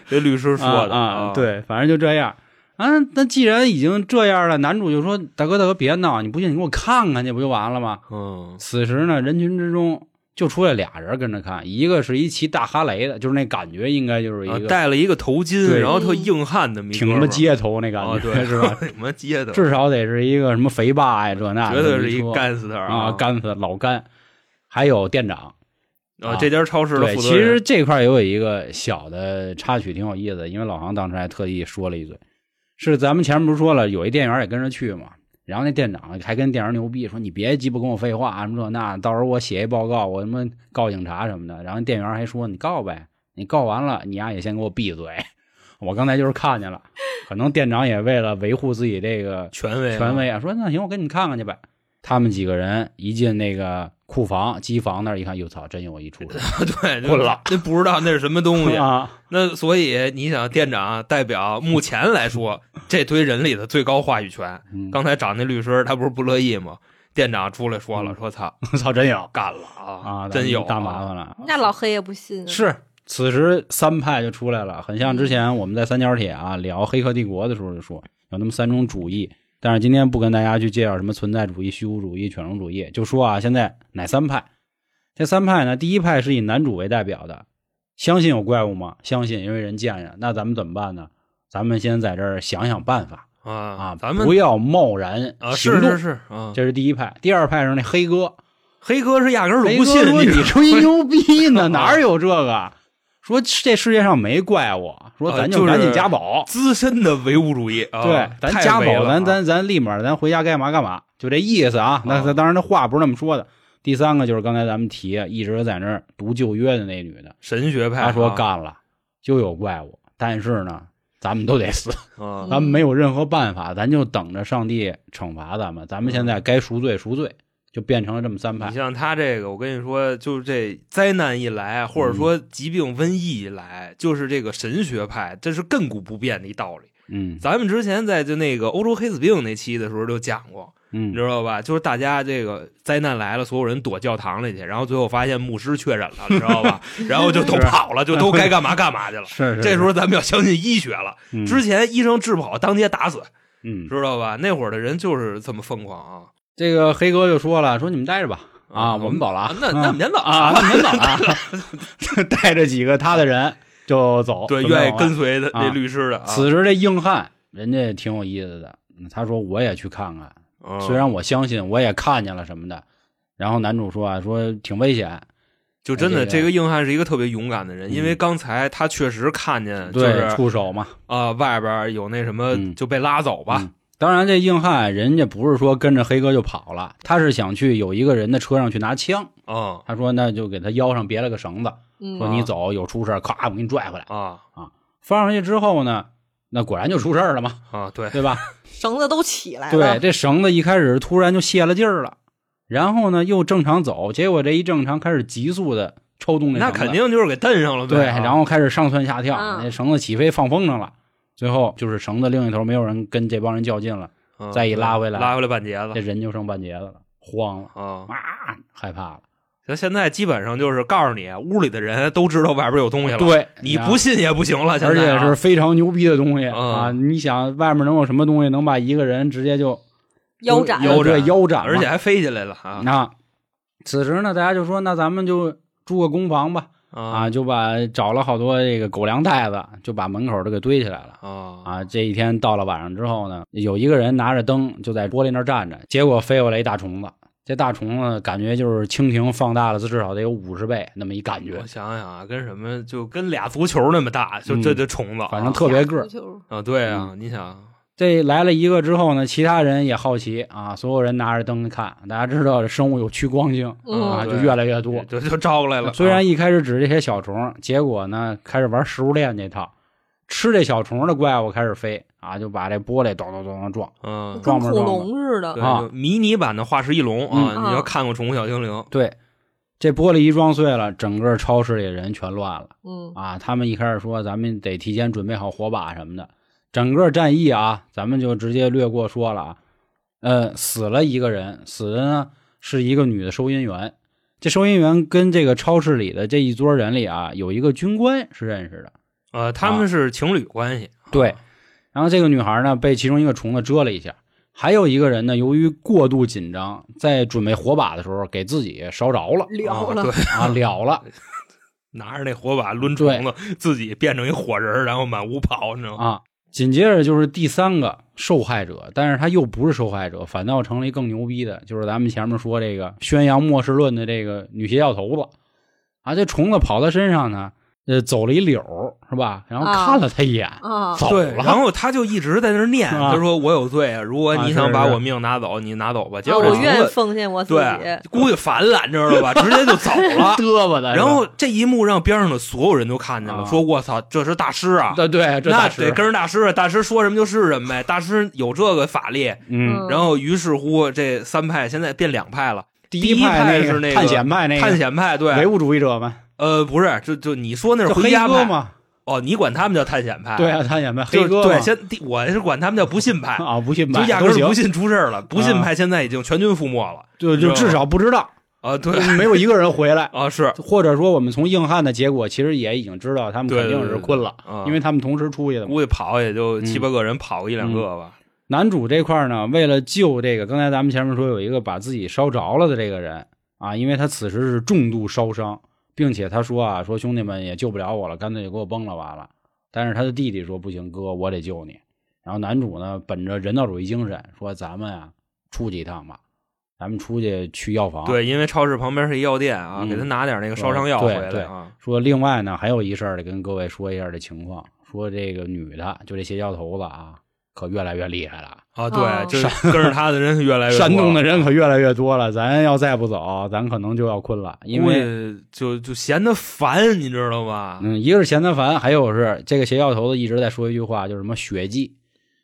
Speaker 4: 这律师说的
Speaker 3: 啊啊，，对，反正就这样。啊，那既然已经这样了，男主就说：“大哥，大哥，别闹！你不信，你给我看看去，不就完了吗
Speaker 4: 嗯？”
Speaker 3: 此时呢，人群之中就出来俩人跟着看，一个是一骑大哈雷的，就是那感觉应该就是一
Speaker 4: 啊
Speaker 3: 个、
Speaker 4: 戴了一个头巾，
Speaker 3: 对
Speaker 4: 然后特硬汉的迷
Speaker 3: 挺什么街头那感觉、
Speaker 4: 啊，对，
Speaker 3: 是吧？？
Speaker 4: 什么街的？
Speaker 3: 至少得是一个什么肥爸呀、这那的
Speaker 4: 绝对是一
Speaker 3: 说
Speaker 4: gangster
Speaker 3: 啊，干死老干，还有店长。
Speaker 4: 啊！这家超市的
Speaker 3: 对，
Speaker 4: 负
Speaker 3: 其
Speaker 4: 责人
Speaker 3: 实这块儿也有一个小的插曲，挺有意思的，因为老航当时还特意说了一嘴，是咱们前面不是说了，有一店员也跟着去嘛，然后那店长还跟店员牛逼说：“你别鸡巴跟我废话啊什么这那，到时候我写一报告，我他妈告警察什么的。”然后店员还说：“你告呗，你告完了，你丫也先给我闭嘴。 *laughs* 我刚才就是看见了，可能店长也为了维护自己这个
Speaker 4: 权威啊
Speaker 3: 权威啊，说那行，我给你们看看去呗。他们几个人一进那个库房、机房那儿一看，哟操，真有一出入
Speaker 4: *laughs*
Speaker 3: *laughs*
Speaker 4: 对，就
Speaker 3: 混了，
Speaker 4: 那不知道那是什么东西。
Speaker 3: *laughs* 啊！
Speaker 4: 那所以你想，店长代表目前来
Speaker 3: *laughs*
Speaker 4: 说这堆人里的最高话语权。
Speaker 3: 嗯
Speaker 4: 刚才找那律师，他不是不乐意吗？店长出来说了，
Speaker 3: 嗯
Speaker 4: 说操，
Speaker 3: 操，真有
Speaker 4: 干了
Speaker 3: 啊，
Speaker 4: 啊，真有啊
Speaker 3: 大麻烦了。
Speaker 5: 那老黑也不信啊，
Speaker 3: 是，此时三派就出来了，很像之前我们在三角铁啊聊《黑客帝国》的时候就说，有那么三种主义。但是今天不跟大家去介绍什么存在主义、虚无主义、犬儒主义，就说啊，现在哪三派？这三派呢，第一派是以男主为代表的，相信有怪物吗？相信，因为人见着。那咱们怎么办呢？咱们先在这儿想想办法
Speaker 4: 啊
Speaker 3: 啊，
Speaker 4: 咱们
Speaker 3: 不要贸然
Speaker 4: 啊，
Speaker 3: 行
Speaker 4: 是
Speaker 3: 动。
Speaker 4: 是是啊，
Speaker 3: 这是第一派。第二派是那黑哥，
Speaker 4: 黑哥是压根儿
Speaker 3: 雷
Speaker 4: 不信
Speaker 3: 哥说
Speaker 4: 知道
Speaker 3: 你
Speaker 4: 吗 *laughs*
Speaker 3: 吹牛逼
Speaker 4: 啊
Speaker 3: 呢，哪儿有这个？说这世界上没怪物，说咱
Speaker 4: 啊就是
Speaker 3: 赶紧加保，
Speaker 4: 资深的唯物主义啊，
Speaker 3: 对，咱
Speaker 4: 太
Speaker 3: 加
Speaker 4: 唯
Speaker 3: 保，
Speaker 4: 了
Speaker 3: 咱
Speaker 4: 啊
Speaker 3: 咱咱立马咱回家该嘛干嘛，就这意思啊。那
Speaker 4: 啊
Speaker 3: 那当然，这话不是那么说的。第三个就是刚才咱们提一直在那儿读旧约的那女的，
Speaker 4: 神学派啊，
Speaker 3: 她说干了就有怪物，但是呢，咱们都得死，
Speaker 4: 啊
Speaker 3: 咱们没有任何办法，咱就等着上帝惩罚咱们。咱们现在该赎罪赎罪，就变成了这么三派
Speaker 4: 嗯你。像他这个，我跟你说，就是这灾难一来，或
Speaker 3: 嗯
Speaker 4: 者说疾病、瘟疫一来，就是这个神学派，这是亘古不变的一道理。
Speaker 3: 嗯
Speaker 4: 咱们之前在就那个欧洲黑死病那期的时候就讲过，
Speaker 3: 嗯
Speaker 4: 你知，道吧？就是大家这个灾难来了，所有人躲教堂里去，然后最后发现牧师确诊了，你知道吧？ *laughs* 然后就都跑了，就都该干嘛干嘛去
Speaker 3: *laughs*
Speaker 4: 了。
Speaker 3: 是嗯是。
Speaker 4: 这时
Speaker 3: 候
Speaker 4: 候咱们要相信医学了。之前医生治不好，当街打死，
Speaker 3: 嗯，
Speaker 4: 知道吧？那会儿的人就是这么疯狂啊！
Speaker 3: 这个黑哥就说了，说你们待着吧，啊，
Speaker 4: 嗯
Speaker 3: 我们走了啊，
Speaker 4: 那那我们先走
Speaker 3: 啊，那我们先走了， *laughs* 带着几个他的人就走，
Speaker 4: 对，
Speaker 3: 就哦没有
Speaker 4: 愿意跟
Speaker 3: 了。
Speaker 4: 随的
Speaker 3: 啊
Speaker 4: 这律师的啊。
Speaker 3: 此时这硬汉人家挺有意思的，嗯他说我也去看看，
Speaker 4: 嗯
Speaker 3: 虽然我相信我也看见了什么的。然后男主说啊，说挺危险，
Speaker 4: 就真的
Speaker 3: 哎这
Speaker 4: 这
Speaker 3: 个
Speaker 4: 个硬汉是一个特别勇敢的人，
Speaker 3: 嗯
Speaker 4: 因为刚才他确实看见就
Speaker 3: 对，
Speaker 4: 是
Speaker 3: 触手嘛。
Speaker 4: 啊外边有那什么
Speaker 3: 嗯
Speaker 4: 就被拉走吧
Speaker 3: 嗯。当然，这硬汉人家不是说跟着黑哥就跑了，他是想去有一个人的车上去拿枪。
Speaker 4: 嗯
Speaker 3: 他说那就给他腰上别了个绳子，
Speaker 5: 嗯
Speaker 3: 说哦你走有出事儿，咔，我给你拽回来。
Speaker 4: 啊
Speaker 3: 放上去之后呢，那果然就出事儿了嘛，
Speaker 4: 啊对
Speaker 3: 对吧？
Speaker 4: *laughs*
Speaker 5: 绳子都起
Speaker 4: 哎
Speaker 5: 来
Speaker 3: 对，
Speaker 5: 了，
Speaker 3: 这绳子一开始突然就泄了劲儿了，然后呢又正常走，结果这一正常开始急速的抽动那
Speaker 4: 那
Speaker 3: 绳子，
Speaker 4: 肯定就是给蹬上了
Speaker 3: 对，
Speaker 4: 啊
Speaker 3: 然后开始上蹿下跳，
Speaker 5: 嗯
Speaker 3: 那绳子起飞放风筝了，最后就是绳子另一头没有人跟这帮人较劲了，
Speaker 4: 嗯
Speaker 3: 再一拉回来
Speaker 4: 拉回来半截
Speaker 3: 这
Speaker 4: 子
Speaker 3: 人就剩半截子了，慌了
Speaker 4: 啊。
Speaker 3: 啊，害怕了，
Speaker 4: 那现在基本上就是告诉你，屋里的人都知道外边有东西了，
Speaker 3: 对，
Speaker 4: 你不。信也不行了。现
Speaker 3: 而
Speaker 4: 在
Speaker 3: 且
Speaker 4: 啊
Speaker 3: 是非常牛逼的东西、
Speaker 4: 嗯
Speaker 3: 啊！你想外面能有什么东西能把一个人直接就
Speaker 5: 腰斩
Speaker 3: 腰
Speaker 4: 斩
Speaker 3: 对腰斩了？
Speaker 4: 而且还飞起来了啊
Speaker 3: 那此时呢，大家就说，那咱们就住个公房吧，啊，
Speaker 4: 啊
Speaker 3: 就把找了好多这个狗粮袋子，就把门口都给堆起来了。
Speaker 4: 啊！
Speaker 3: 啊，这一天到了晚上之后呢，有一个人拿着灯就在玻璃那儿站着，结果飞过来一大虫子。这大虫子感觉就是蜻蜓放大了，至少得有五十倍那么一感觉
Speaker 4: 我，想想啊，跟什么就跟俩足球那么大，就这
Speaker 3: 嗯
Speaker 4: 这虫子啊，
Speaker 3: 反正特别个儿
Speaker 5: 足。球
Speaker 4: 啊，对啊，
Speaker 3: 嗯
Speaker 4: 你
Speaker 5: 哦
Speaker 4: 想，
Speaker 3: 这来了一个之后呢，其他人也好奇啊，所有人拿着灯看。大家知道这生物有趋光性啊，
Speaker 5: 嗯
Speaker 3: 就越来越多。
Speaker 4: 就就招过来了。啊
Speaker 3: 虽然一开始指这些小虫，结果呢开始玩食物链这套，吃这小虫的怪物开始飞啊，就把这玻璃咚咚咚咚撞。
Speaker 4: 嗯，
Speaker 5: 跟
Speaker 3: 撞吧撞
Speaker 5: 恐
Speaker 3: 吧
Speaker 5: 龙似
Speaker 4: 对，
Speaker 5: 的，
Speaker 3: 啊
Speaker 4: 就迷你版的化石翼龙啊，
Speaker 5: 嗯
Speaker 4: 你要看过《宠物小精灵》
Speaker 3: 对，这玻璃一撞碎了，整个超市里人全乱了
Speaker 5: 嗯，
Speaker 3: 啊！他们一开始说咱们得提前准备好火把什么的，整个战役啊，咱们就直接略过说了啊。呃，死了一个人，死的呢是一个女的收银员。这收银员跟这个超市里的这一桌人里啊，有一个军官是认识的。啊
Speaker 4: 呃，他们是情侣关系。
Speaker 3: 对，然后这个女孩呢，被其中一个虫子蛰了一下，还有一个人呢，由于过度紧张，在准备火把的时候给自己烧着了
Speaker 5: 聊了
Speaker 4: 啊，对，
Speaker 3: 啊，了了
Speaker 4: 拿着那火把抡虫子，自己变成一火人儿，然后满屋跑，你知道吗？
Speaker 3: 啊。紧接着就是第三个受害者，但是他又不是受害者，反倒成了一更牛逼的，就是咱们前面说这个宣扬末世论的这个女邪教头子啊，这虫子跑他身上呢，呃，走了一绺儿是吧？然后
Speaker 5: 啊
Speaker 3: 看了他一眼，
Speaker 5: 啊，
Speaker 3: 走
Speaker 4: 对，然
Speaker 3: 了，
Speaker 4: 后他就一直在那儿念，
Speaker 3: 啊
Speaker 4: 他说我有罪啊，如果
Speaker 3: 啊
Speaker 4: 你
Speaker 3: 是
Speaker 4: 想把
Speaker 3: 是。
Speaker 4: 我命拿走，你拿走吧。结
Speaker 5: 啊
Speaker 4: 果
Speaker 5: 我
Speaker 4: 虫
Speaker 5: 愿
Speaker 4: 子
Speaker 5: 奉献我自
Speaker 4: 对
Speaker 5: 己，
Speaker 4: 估计烦了，你知道吧？直接就走了
Speaker 3: *laughs* 嘚吧的。
Speaker 4: 然后这一幕让边上的所有人都看见了，
Speaker 3: 啊
Speaker 4: 说我操，这是大师啊！
Speaker 3: 对对，这
Speaker 4: 那
Speaker 3: 大师
Speaker 4: 得跟着大师，啊大师说什么就是什么呗。大师有这个法力，
Speaker 3: 嗯，
Speaker 4: 然后于是乎这三派现在变两派了。
Speaker 3: 第
Speaker 4: 一派
Speaker 3: 派
Speaker 4: 是
Speaker 3: 个
Speaker 4: 那个
Speaker 3: 探险派那个
Speaker 4: 探险派
Speaker 3: 唯
Speaker 4: 对，
Speaker 3: 物主义者嘛，
Speaker 4: 呃，不是，就就你说那是
Speaker 3: 就
Speaker 4: 回
Speaker 3: 黑
Speaker 4: 家
Speaker 3: 哥
Speaker 4: 派
Speaker 3: 嘛，
Speaker 4: 哦，你管他们叫探险派，
Speaker 3: 对啊，探险派
Speaker 4: 就
Speaker 3: 黑哥嘛
Speaker 4: 对，先第我是管他们叫不信派，
Speaker 3: 啊，不信
Speaker 4: 就
Speaker 3: 派
Speaker 4: 压根
Speaker 3: 都
Speaker 4: 儿
Speaker 3: 行啊
Speaker 4: 不，信出事儿了，不信派现在已经全军覆没了
Speaker 3: 就就至少不知
Speaker 4: *laughs*
Speaker 3: 道，
Speaker 4: 啊，对
Speaker 3: 没有一个人回来。
Speaker 4: 啊是，
Speaker 3: 或者说，我们从硬汉的结果，其实也已经知道他们
Speaker 4: 对
Speaker 3: 肯
Speaker 4: 对
Speaker 3: 定是困了，
Speaker 4: 对对啊
Speaker 3: 因为他们同时出去的嘛。
Speaker 4: 估计跑也就七八个人跑个一两个吧，
Speaker 3: 男主这块儿呢，为了救这个，刚才咱们前面说有一个把自己烧着了的这个人啊，因为他此时是重度烧伤，并且他说啊，说兄弟们也救不了我了，干脆就给我崩了完了。但是他的弟弟说不行，哥，我得救你。然后男主呢，本着人道主义精神，说咱们啊出去一趟吧，咱们出去去药房。，
Speaker 4: 对，因为超市旁边是一药店啊，
Speaker 3: 嗯
Speaker 4: 给他拿点那个烧伤药回
Speaker 3: 对
Speaker 4: 来
Speaker 3: 对
Speaker 4: 啊，
Speaker 3: 说另外呢，还有一事儿得跟各位说一下这情况，说这个女的，就这邪教头子啊，可越来越厉害了。
Speaker 4: 啊
Speaker 5: 哦
Speaker 4: 对，就是跟着他的人越来越
Speaker 3: *laughs*
Speaker 4: 多了
Speaker 3: 山东的人可越来越多了，咱要再不走，咱可能就要困了，因
Speaker 4: 估
Speaker 3: 为
Speaker 4: 计就就嫌他烦，你知道吧？
Speaker 3: 嗯，一个是嫌他烦，还有是这个邪教头子一直在说一句话，就是什么血祭、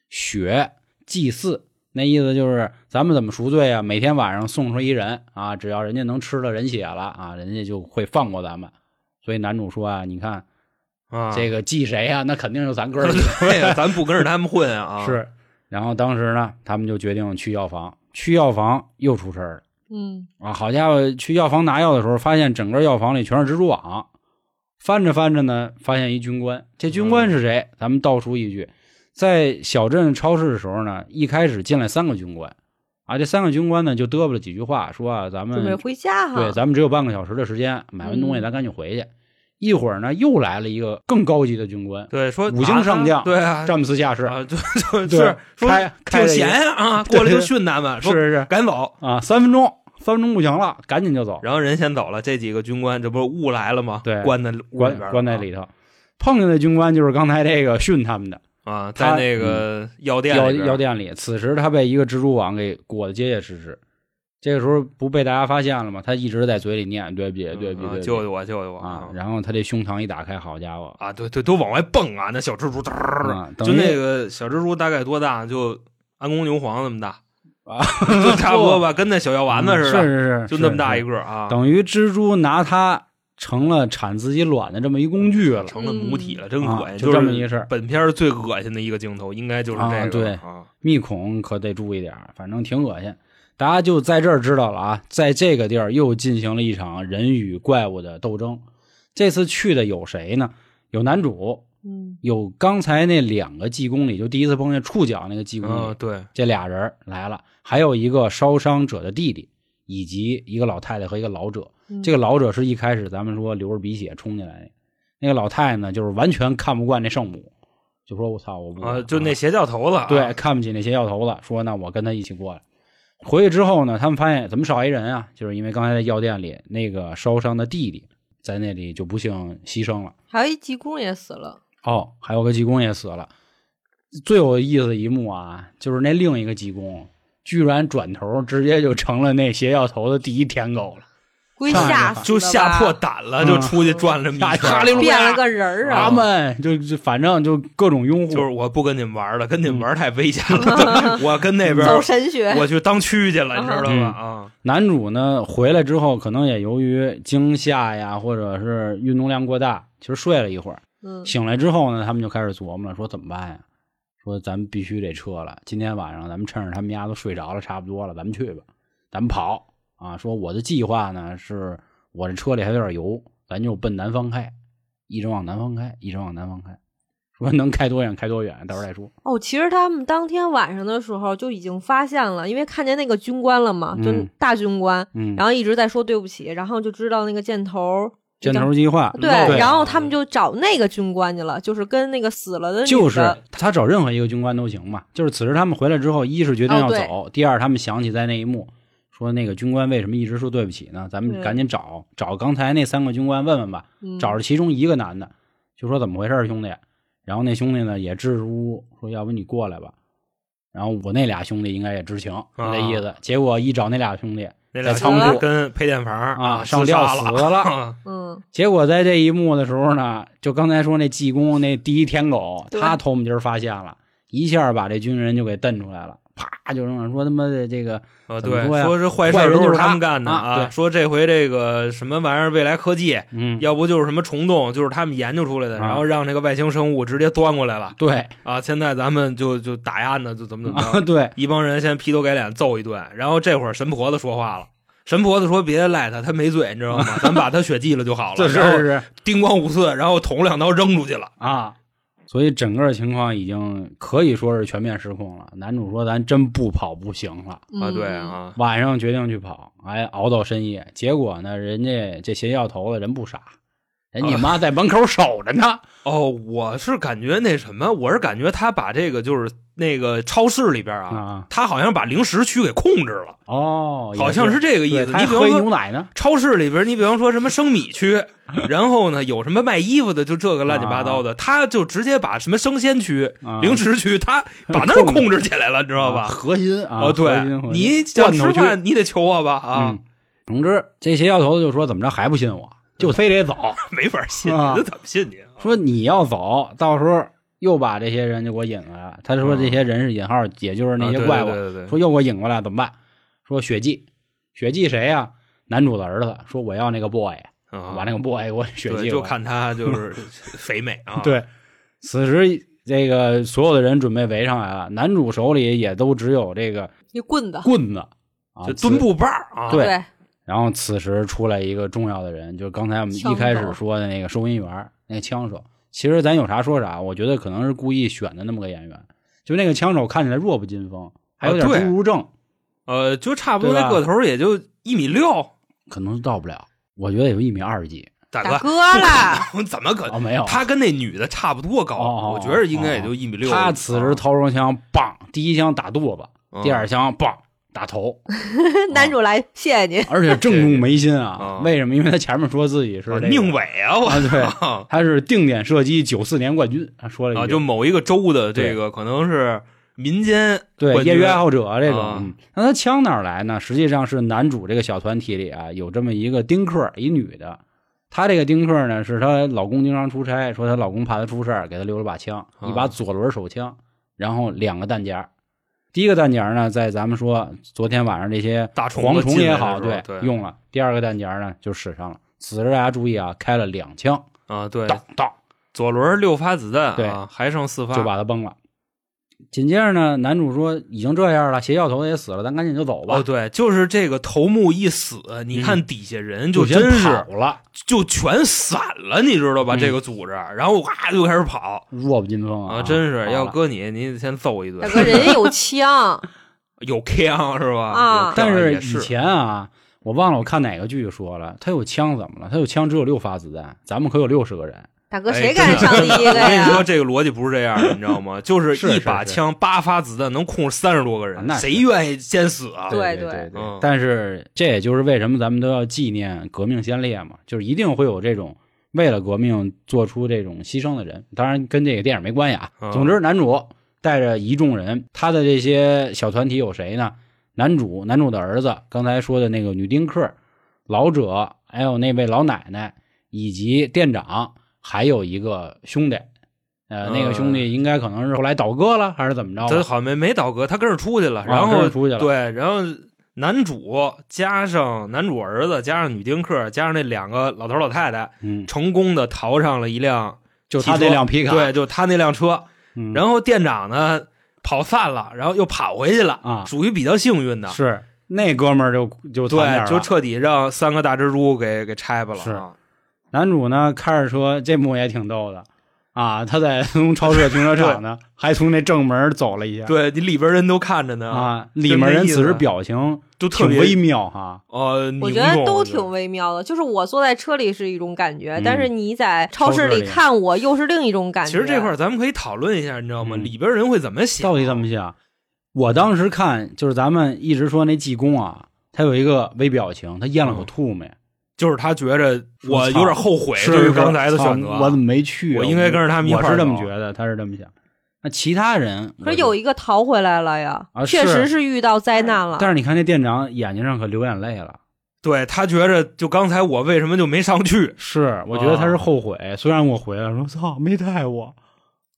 Speaker 3: 血祭祀，那意思就是咱们怎么赎罪啊？每天晚上送出一人啊，只要人家能吃了人血了啊，人家就会放过咱们。所以男主说啊，你看
Speaker 4: 啊，
Speaker 3: 这个祭谁啊？那肯定是咱哥儿几个。
Speaker 4: *laughs* 对呀，咱不跟着他们混
Speaker 3: *laughs*
Speaker 4: 啊，
Speaker 3: 是，然后当时呢，他们就决定去药房，去药房又出事儿了。
Speaker 5: 嗯，
Speaker 3: 啊，好家伙，去药房拿药的时候，发现整个药房里全是蜘蛛网。翻着翻着呢，发现一军官。这军官是谁？咱们倒数一句，在小镇超市的时候呢，一开始进来三个军官，啊，这三个军官呢就嘚啵了几句话，说啊，咱
Speaker 5: 准备
Speaker 3: 们
Speaker 5: 回家哈，
Speaker 3: 对，咱们只有半个小时的时间，买完东西
Speaker 5: 嗯
Speaker 3: 咱赶紧回去。一会儿呢，又来了一个更高级的军官，
Speaker 4: 对，说
Speaker 3: 五星上将
Speaker 4: 啊对啊，
Speaker 3: 詹姆斯下士，
Speaker 4: 啊，就 *laughs* 就
Speaker 3: 对
Speaker 4: 是说
Speaker 3: 开开
Speaker 4: 挺
Speaker 3: 了一
Speaker 4: 闲啊，
Speaker 3: *laughs*
Speaker 4: 过来就训他们，
Speaker 3: 是
Speaker 4: 说
Speaker 3: 是是
Speaker 4: 赶走。
Speaker 3: 啊，三分钟，三分钟不行了，赶紧就走。
Speaker 4: 然后人先走了，这几个军官这不是雾来了吗？
Speaker 3: 对
Speaker 4: 关在屋
Speaker 3: 关
Speaker 4: 里边了啊
Speaker 3: 关在里头。碰见的军官就是刚才这个训他们的
Speaker 4: 啊，在
Speaker 3: 他嗯
Speaker 4: 那个药店
Speaker 3: 药
Speaker 4: 里边
Speaker 3: 药店里，此时他被一个蜘蛛网给裹得结结实实。这个时候不被大家发现了吗？他一直在嘴里念“对不起，对不起，对
Speaker 4: 啊
Speaker 3: 不起
Speaker 4: 救救我，救救我
Speaker 3: 啊！”然后他这胸膛一打开，好家伙，
Speaker 4: 啊，对对，都往外蹦啊！那小蜘蛛嘚儿
Speaker 3: 啊等
Speaker 4: 就
Speaker 3: 于
Speaker 4: 那个小蜘蛛大概多大？就安宫牛黄那么大
Speaker 3: 啊，
Speaker 4: *laughs* 就差不多吧，跟那小药丸子
Speaker 3: 嗯
Speaker 4: 似
Speaker 3: 是
Speaker 4: 的，
Speaker 3: 是是，
Speaker 4: 就那么大
Speaker 3: 是
Speaker 4: 一个啊，
Speaker 3: 等于蜘蛛拿它成了产自己卵的这么一工具了。
Speaker 4: 成了母体嗯了，真
Speaker 3: 啊
Speaker 4: 恶心！
Speaker 3: 就这么一事
Speaker 4: 是
Speaker 3: 儿
Speaker 4: 本片儿最恶心的一个镜头，应该就是
Speaker 3: 啊
Speaker 4: 这
Speaker 3: 对
Speaker 4: 个啊，
Speaker 3: 密孔可得注意点儿，反正挺恶心。大家就在这儿知道了啊，在这个地儿又进行了一场人与怪物的斗争。这次去的有谁呢？有男主，
Speaker 5: 嗯
Speaker 3: 有刚才那两个技工里，就第一次碰见触角那个技工里，
Speaker 4: 嗯，对，
Speaker 3: 这俩人来了，还有一个烧伤者的弟弟，以及一个老太太和一个老者。
Speaker 5: 嗯
Speaker 3: 这个老者是一开始咱们说流着鼻血冲进来的，那个老太太呢，就是完全看不惯那圣母，就说：“我操，我不
Speaker 4: 啊，就那邪教头子啊，
Speaker 3: 嗯对，看不起那邪教头子，说那我跟他一起过来。回去之后呢，他们发现怎么少一人啊？就是因为刚才在药店里那个烧伤的弟弟在那里就不幸牺牲了。
Speaker 5: 还有一济公也死了，
Speaker 3: 哦，还有个济公也死了。最有意思的一幕啊，就是那另一个济公居然转头直接就成了那邪教头的第一舔狗了。
Speaker 5: 龟
Speaker 3: 上
Speaker 5: 吓
Speaker 3: 一个
Speaker 5: 死
Speaker 4: 就
Speaker 5: 了
Speaker 4: 吓
Speaker 5: 吧
Speaker 4: 破胆了，
Speaker 3: 嗯
Speaker 4: 就出去转了这么一圈
Speaker 3: 哈利
Speaker 4: 儿。
Speaker 3: 路
Speaker 5: 变
Speaker 3: 亚
Speaker 5: 了个人儿
Speaker 3: 他
Speaker 5: 啊，
Speaker 3: 们就就反正就各种拥护，
Speaker 4: 哦就是我不跟你们玩了，跟你们玩太危险了。 *laughs* 我跟那边
Speaker 5: 走神学，
Speaker 4: 我去当区去了，你知道
Speaker 3: 嗯
Speaker 4: 吧？啊，
Speaker 3: 男主呢回来之后，可能也由于惊吓呀，或者是运动量过大，其实睡了一会儿。
Speaker 5: 嗯
Speaker 3: 醒来之后呢，他们就开始琢磨了，说怎么办呀？说咱们必须得撤了，今天晚上咱们趁着他们家都睡着了，差不多了，咱们去吧，咱们跑啊！说我的计划呢是，我这车里还有点油，咱就奔南方开，一直往南方开，一直往南方开。说能开多远开多远，到时候再说。
Speaker 5: 哦，其实他们当天晚上的时候就已经发现了，因为看见那个军官了嘛，就
Speaker 3: 嗯
Speaker 5: 大军官，
Speaker 3: 嗯，
Speaker 5: 然后一直在说对不起，然后就知道那个箭头。
Speaker 3: 箭头计划，
Speaker 5: 对
Speaker 4: 漏了，
Speaker 5: 然后他们就找那个军官去了，就是跟那个死了的女
Speaker 3: 就是
Speaker 5: 的
Speaker 3: 他找任何一个军官都行嘛。就是此时他们回来之后，一是决定
Speaker 5: 哦
Speaker 3: 要
Speaker 5: 对
Speaker 3: 走，第二他们想起在那一幕，说那个军官为什么一直说对不起呢？咱们
Speaker 5: 对
Speaker 3: 赶紧找找刚才那三个军官问问吧，
Speaker 5: 嗯
Speaker 3: 找着其中一个男的，就说怎么回事儿兄弟。然后那兄弟呢也支支吾吾说，要不你过来吧。然后我那俩兄弟应该也知情，就那意思。结果一找那俩兄弟，
Speaker 4: 那俩
Speaker 3: 在
Speaker 4: 仓
Speaker 5: 仓库
Speaker 4: 库跟配电房
Speaker 3: 啊
Speaker 4: 自
Speaker 3: 上
Speaker 4: 杀
Speaker 3: 吊死
Speaker 4: *laughs*
Speaker 3: 了
Speaker 5: 嗯，
Speaker 3: 结果在这一幕的时候呢，就刚才说那济公那第一舔狗，
Speaker 5: 对
Speaker 3: 他偷摸儿发现了，一下把这军人就给瞪出来了，啪就扔了，说他妈的这个
Speaker 4: 啊，
Speaker 3: 怎么
Speaker 4: 对，
Speaker 3: 说呀
Speaker 4: 说是坏事
Speaker 3: 坏
Speaker 4: 儿
Speaker 3: 人
Speaker 4: 都
Speaker 3: 就是是
Speaker 4: 他
Speaker 3: 他
Speaker 4: 们干的
Speaker 3: 啊对
Speaker 4: 说这回这个什么玩意儿，未来科技，
Speaker 3: 嗯，
Speaker 4: 要不就是什么虫洞，就是他们研究出来的，
Speaker 3: 啊
Speaker 4: 然后让这个外星生物直接端过来了
Speaker 3: 对
Speaker 4: 啊！现在咱们就就打压呢，就怎么怎么
Speaker 3: 啊 *laughs*
Speaker 4: 着，
Speaker 3: 对，
Speaker 4: 一帮人先劈头盖脸揍一顿，然后这会儿神婆子说话了。神婆子说：“别赖他，他没罪，你知道吗？咱把他血祭了就好了。”
Speaker 3: 这
Speaker 4: 然
Speaker 3: 是
Speaker 4: 后
Speaker 3: 是
Speaker 4: 叮咣五四，然后捅两刀扔出去了。
Speaker 3: 啊，所以整个情况已经可以说是全面失控了。男主说：“咱真不跑不行了。”
Speaker 5: 嗯
Speaker 4: 啊，对，啊，
Speaker 3: 晚上决定去跑，哎，熬到深夜。结果呢，人家这邪教头子人不傻，人你
Speaker 4: 啊
Speaker 3: 妈在门口守着呢。
Speaker 4: 哦，我是感觉那什么，我是感觉他把这个就是那个超市里边啊，
Speaker 3: 啊，
Speaker 4: 他好像把零食区给控制了，
Speaker 3: 哦，也
Speaker 4: 好像是这个
Speaker 3: 对
Speaker 4: 意思。
Speaker 3: 他还
Speaker 4: 你比方
Speaker 3: 喝牛
Speaker 4: 说。
Speaker 3: 奶呢，
Speaker 4: 超市里边，你比方说什么生米
Speaker 3: *laughs*
Speaker 4: 区，然后呢有什么卖衣服的，就这个乱七八糟的，他就直接把什么生鲜区、
Speaker 3: 啊
Speaker 4: 零食区，他把那儿控制起来了，你知道吧？
Speaker 3: 核心啊，
Speaker 4: 哦，对
Speaker 3: 核心核，心
Speaker 4: 你想吃
Speaker 3: 罐头
Speaker 4: 饭，你得求我吧？啊
Speaker 3: 嗯，总之，这邪教头子就说怎么着还不信我，就非得走，
Speaker 4: 没法信，
Speaker 3: 啊
Speaker 4: 这怎么信你啊？
Speaker 3: *laughs* 说你要走，到时候又把这些人就给我引过来了。他说这些人是引号，也就是那
Speaker 4: 嗯啊
Speaker 3: 些
Speaker 4: 对
Speaker 3: 怪物
Speaker 4: 对，对对对
Speaker 3: 说又给我引过来怎么办？说血祭，血祭谁呀、男主的儿子说我要那个 boy，
Speaker 4: 啊
Speaker 3: 把那个 boy 给我血
Speaker 4: 对，
Speaker 3: 祭
Speaker 4: 就
Speaker 3: 过来
Speaker 4: 看他就是 *laughs* 肥美啊，
Speaker 3: 对，此时这个所有的人准备围上来了，男主手里也都只有这个
Speaker 5: 一棍子，
Speaker 3: 棍子啊，
Speaker 4: 就墩布把儿啊，
Speaker 3: 对
Speaker 5: 对，
Speaker 3: 然后此时出来一个重要的人，就是刚才我们一开始说的那个收银员儿，那个枪手。其实咱有啥说啥，我觉得可能是故意选的那么个演员，就那个枪手看起来弱不禁风，还有点
Speaker 4: 啊对
Speaker 3: 侏儒症，
Speaker 4: 呃，就差不多
Speaker 3: 对
Speaker 4: 那
Speaker 3: 吧
Speaker 4: 个头儿也就一米六，
Speaker 3: 可能到不了。我觉得有一米二几
Speaker 4: 大
Speaker 5: 打
Speaker 4: 哥，
Speaker 5: 嗝啦，
Speaker 4: 我 *laughs* 怎么可
Speaker 3: 哦，没有。
Speaker 4: 呃他跟那女的差不多高，
Speaker 3: 哦
Speaker 4: 我觉得应该也就一米六。啊
Speaker 3: 他此时掏出枪，梆，第一枪打肚子，
Speaker 4: 嗯
Speaker 3: 第二枪梆打头，
Speaker 5: 男主来，谢谢
Speaker 3: *laughs*
Speaker 5: 您，
Speaker 3: 而且正中眉心
Speaker 4: 啊
Speaker 3: 啊！为什么？因为他前面说自己是
Speaker 4: 啊
Speaker 3: 这个
Speaker 4: 宁伟啊，我
Speaker 3: 啊，对，
Speaker 4: 操
Speaker 3: 他是定点射击九四年冠军，他说了一
Speaker 4: 啊，
Speaker 3: 句
Speaker 4: 就某一个州的这个可能是民间
Speaker 3: 对
Speaker 4: 冠军
Speaker 3: 业余爱好者这种
Speaker 4: 啊。
Speaker 3: 嗯那他枪哪儿来呢？实际上是男主这个小团体里啊，有这么一个丁克儿，一女的。她这个丁克儿呢，是她老公经常出差，说她老公怕她出事儿，给她留了把枪，
Speaker 4: 啊
Speaker 3: 一把左轮手枪，然后两个弹夹儿。第一个弹夹儿呢，在咱们说昨天晚上这些
Speaker 4: 大虫子
Speaker 3: 蝗虫
Speaker 4: 进来
Speaker 3: 也
Speaker 4: 的
Speaker 3: 好，
Speaker 4: 时候
Speaker 3: 对，
Speaker 4: 对
Speaker 3: 用了。第二个弹夹儿呢，就使上了。此时大家注意啊，开了两枪，
Speaker 4: 啊，对，
Speaker 3: 当当，
Speaker 4: 左轮六发子弹
Speaker 3: 对
Speaker 4: 啊，还剩四发，
Speaker 3: 就把他崩了。紧接着呢，男主说已经这样了，邪教头子也死了，咱赶紧就走吧。
Speaker 4: 哦，对，就是这个头目一死，你看底下人就
Speaker 3: 嗯先
Speaker 4: 真
Speaker 3: 跑
Speaker 4: 是
Speaker 3: 了，
Speaker 4: 就全散了，你知道吧？
Speaker 3: 嗯
Speaker 4: 这个组织，然后哇就开始跑
Speaker 3: 弱不禁风
Speaker 4: 啊，真
Speaker 3: 跑
Speaker 4: 是
Speaker 3: 了
Speaker 4: 要搁你，你得先揍一顿
Speaker 5: 大。哥，人家有枪，
Speaker 4: *laughs* 有 K 是吧？
Speaker 5: 啊
Speaker 4: 有 K
Speaker 3: 但
Speaker 4: 也
Speaker 3: 是
Speaker 4: 是
Speaker 3: 以前啊，我忘了我看哪个剧说了，他有枪怎么了？他有枪只有六发子弹，咱们可有六十个人。
Speaker 5: 大哥
Speaker 4: 哎
Speaker 5: 谁
Speaker 4: *laughs*
Speaker 5: 敢上第一个
Speaker 4: 我跟你说，
Speaker 5: 呀？
Speaker 4: 这个逻辑不是这样的，你知道
Speaker 5: *laughs*
Speaker 4: 吗？就是
Speaker 3: 是
Speaker 4: 一把
Speaker 3: 是是
Speaker 4: 枪八发子弹能控制三十多个
Speaker 3: 啊
Speaker 4: 人，
Speaker 3: 那是
Speaker 4: 谁愿意先死啊？
Speaker 5: 对
Speaker 3: 对
Speaker 5: 对
Speaker 3: 对
Speaker 4: 嗯
Speaker 3: 但是这也就是为什么咱们都要纪念革命先烈嘛，就是一定会有这种为了革命做出这种牺牲的人。当然跟这个电影没关系啊
Speaker 4: 嗯。
Speaker 3: 总之，男主带着一众人，他的这些小团体有谁呢？男主、男主的儿子，刚才说的那个女丁克，老者，还有那位老奶奶，以及店长，还有一个兄弟。呃，那个兄
Speaker 4: 嗯
Speaker 3: 弟应该可能是后来倒戈了，还是怎么着
Speaker 4: 这
Speaker 3: 吧？
Speaker 4: 好像没没倒戈，他跟着出去了，
Speaker 3: 啊
Speaker 4: 然
Speaker 3: 跟
Speaker 4: 后
Speaker 3: 着出去了
Speaker 4: 对，然后男主加上男主儿子，加上女丁克，加上那两个老头老太太，
Speaker 3: 嗯，
Speaker 4: 成功的逃上了一辆，
Speaker 3: 就他那辆皮卡。
Speaker 4: 对，就他那辆车。
Speaker 3: 嗯，
Speaker 4: 然后店长呢跑散了，然后又跑回去了，
Speaker 3: 啊
Speaker 4: 属于比较幸运的。
Speaker 3: 是那哥们儿就就惨点
Speaker 4: 对，
Speaker 3: 儿
Speaker 4: 就
Speaker 3: 了
Speaker 4: 彻底让三个大蜘蛛给给拆吧了啊。
Speaker 3: 是男主呢开着车，这幕也挺逗的啊，他在从超市的停车场呢，还从那正门走了一下。
Speaker 4: 对你里边人都看着呢，
Speaker 3: 啊，里面人此时表情
Speaker 4: 就特
Speaker 3: 挺
Speaker 4: 别
Speaker 3: 微妙哈。
Speaker 4: 呃，
Speaker 5: 我
Speaker 4: 凝
Speaker 5: 觉得
Speaker 4: 重
Speaker 5: 都
Speaker 4: 我
Speaker 5: 挺微妙的，就是我坐在车里是一种感觉，
Speaker 6: 嗯
Speaker 5: 但是你在超
Speaker 3: 超市
Speaker 5: 市
Speaker 3: 里
Speaker 5: 里看我又是另一种感觉。
Speaker 4: 其实这块儿咱们可以讨论一下，你知道吗？
Speaker 6: 嗯
Speaker 4: 里边人会怎么想？啊
Speaker 3: 到底怎么想？我当时看就是咱们一直说那济公啊，他有一个微表情，他咽了口
Speaker 4: 嗯
Speaker 3: 吐沫，
Speaker 4: 就是他觉着我
Speaker 3: 我
Speaker 4: 有
Speaker 3: 操
Speaker 4: 点后悔，
Speaker 3: 是
Speaker 4: 对于
Speaker 3: 是
Speaker 4: 刚才的
Speaker 3: 操
Speaker 4: 选择。
Speaker 3: 我怎么没去啊？
Speaker 4: 我应该跟着他们一
Speaker 3: 我
Speaker 4: 块儿
Speaker 3: 是这么
Speaker 4: 走
Speaker 3: 觉得，他是这么想。那其他人，
Speaker 5: 可是有一个逃回来了呀，
Speaker 3: 啊
Speaker 5: 确实
Speaker 3: 是
Speaker 5: 是遇到灾难了。
Speaker 3: 但是你看那店长眼睛上可流眼泪了。
Speaker 4: 对他觉着，就刚才我为什么就没上去？ *laughs*
Speaker 3: 是，我觉得
Speaker 4: 哦
Speaker 3: 他是后悔。虽然我回来了说操没带我，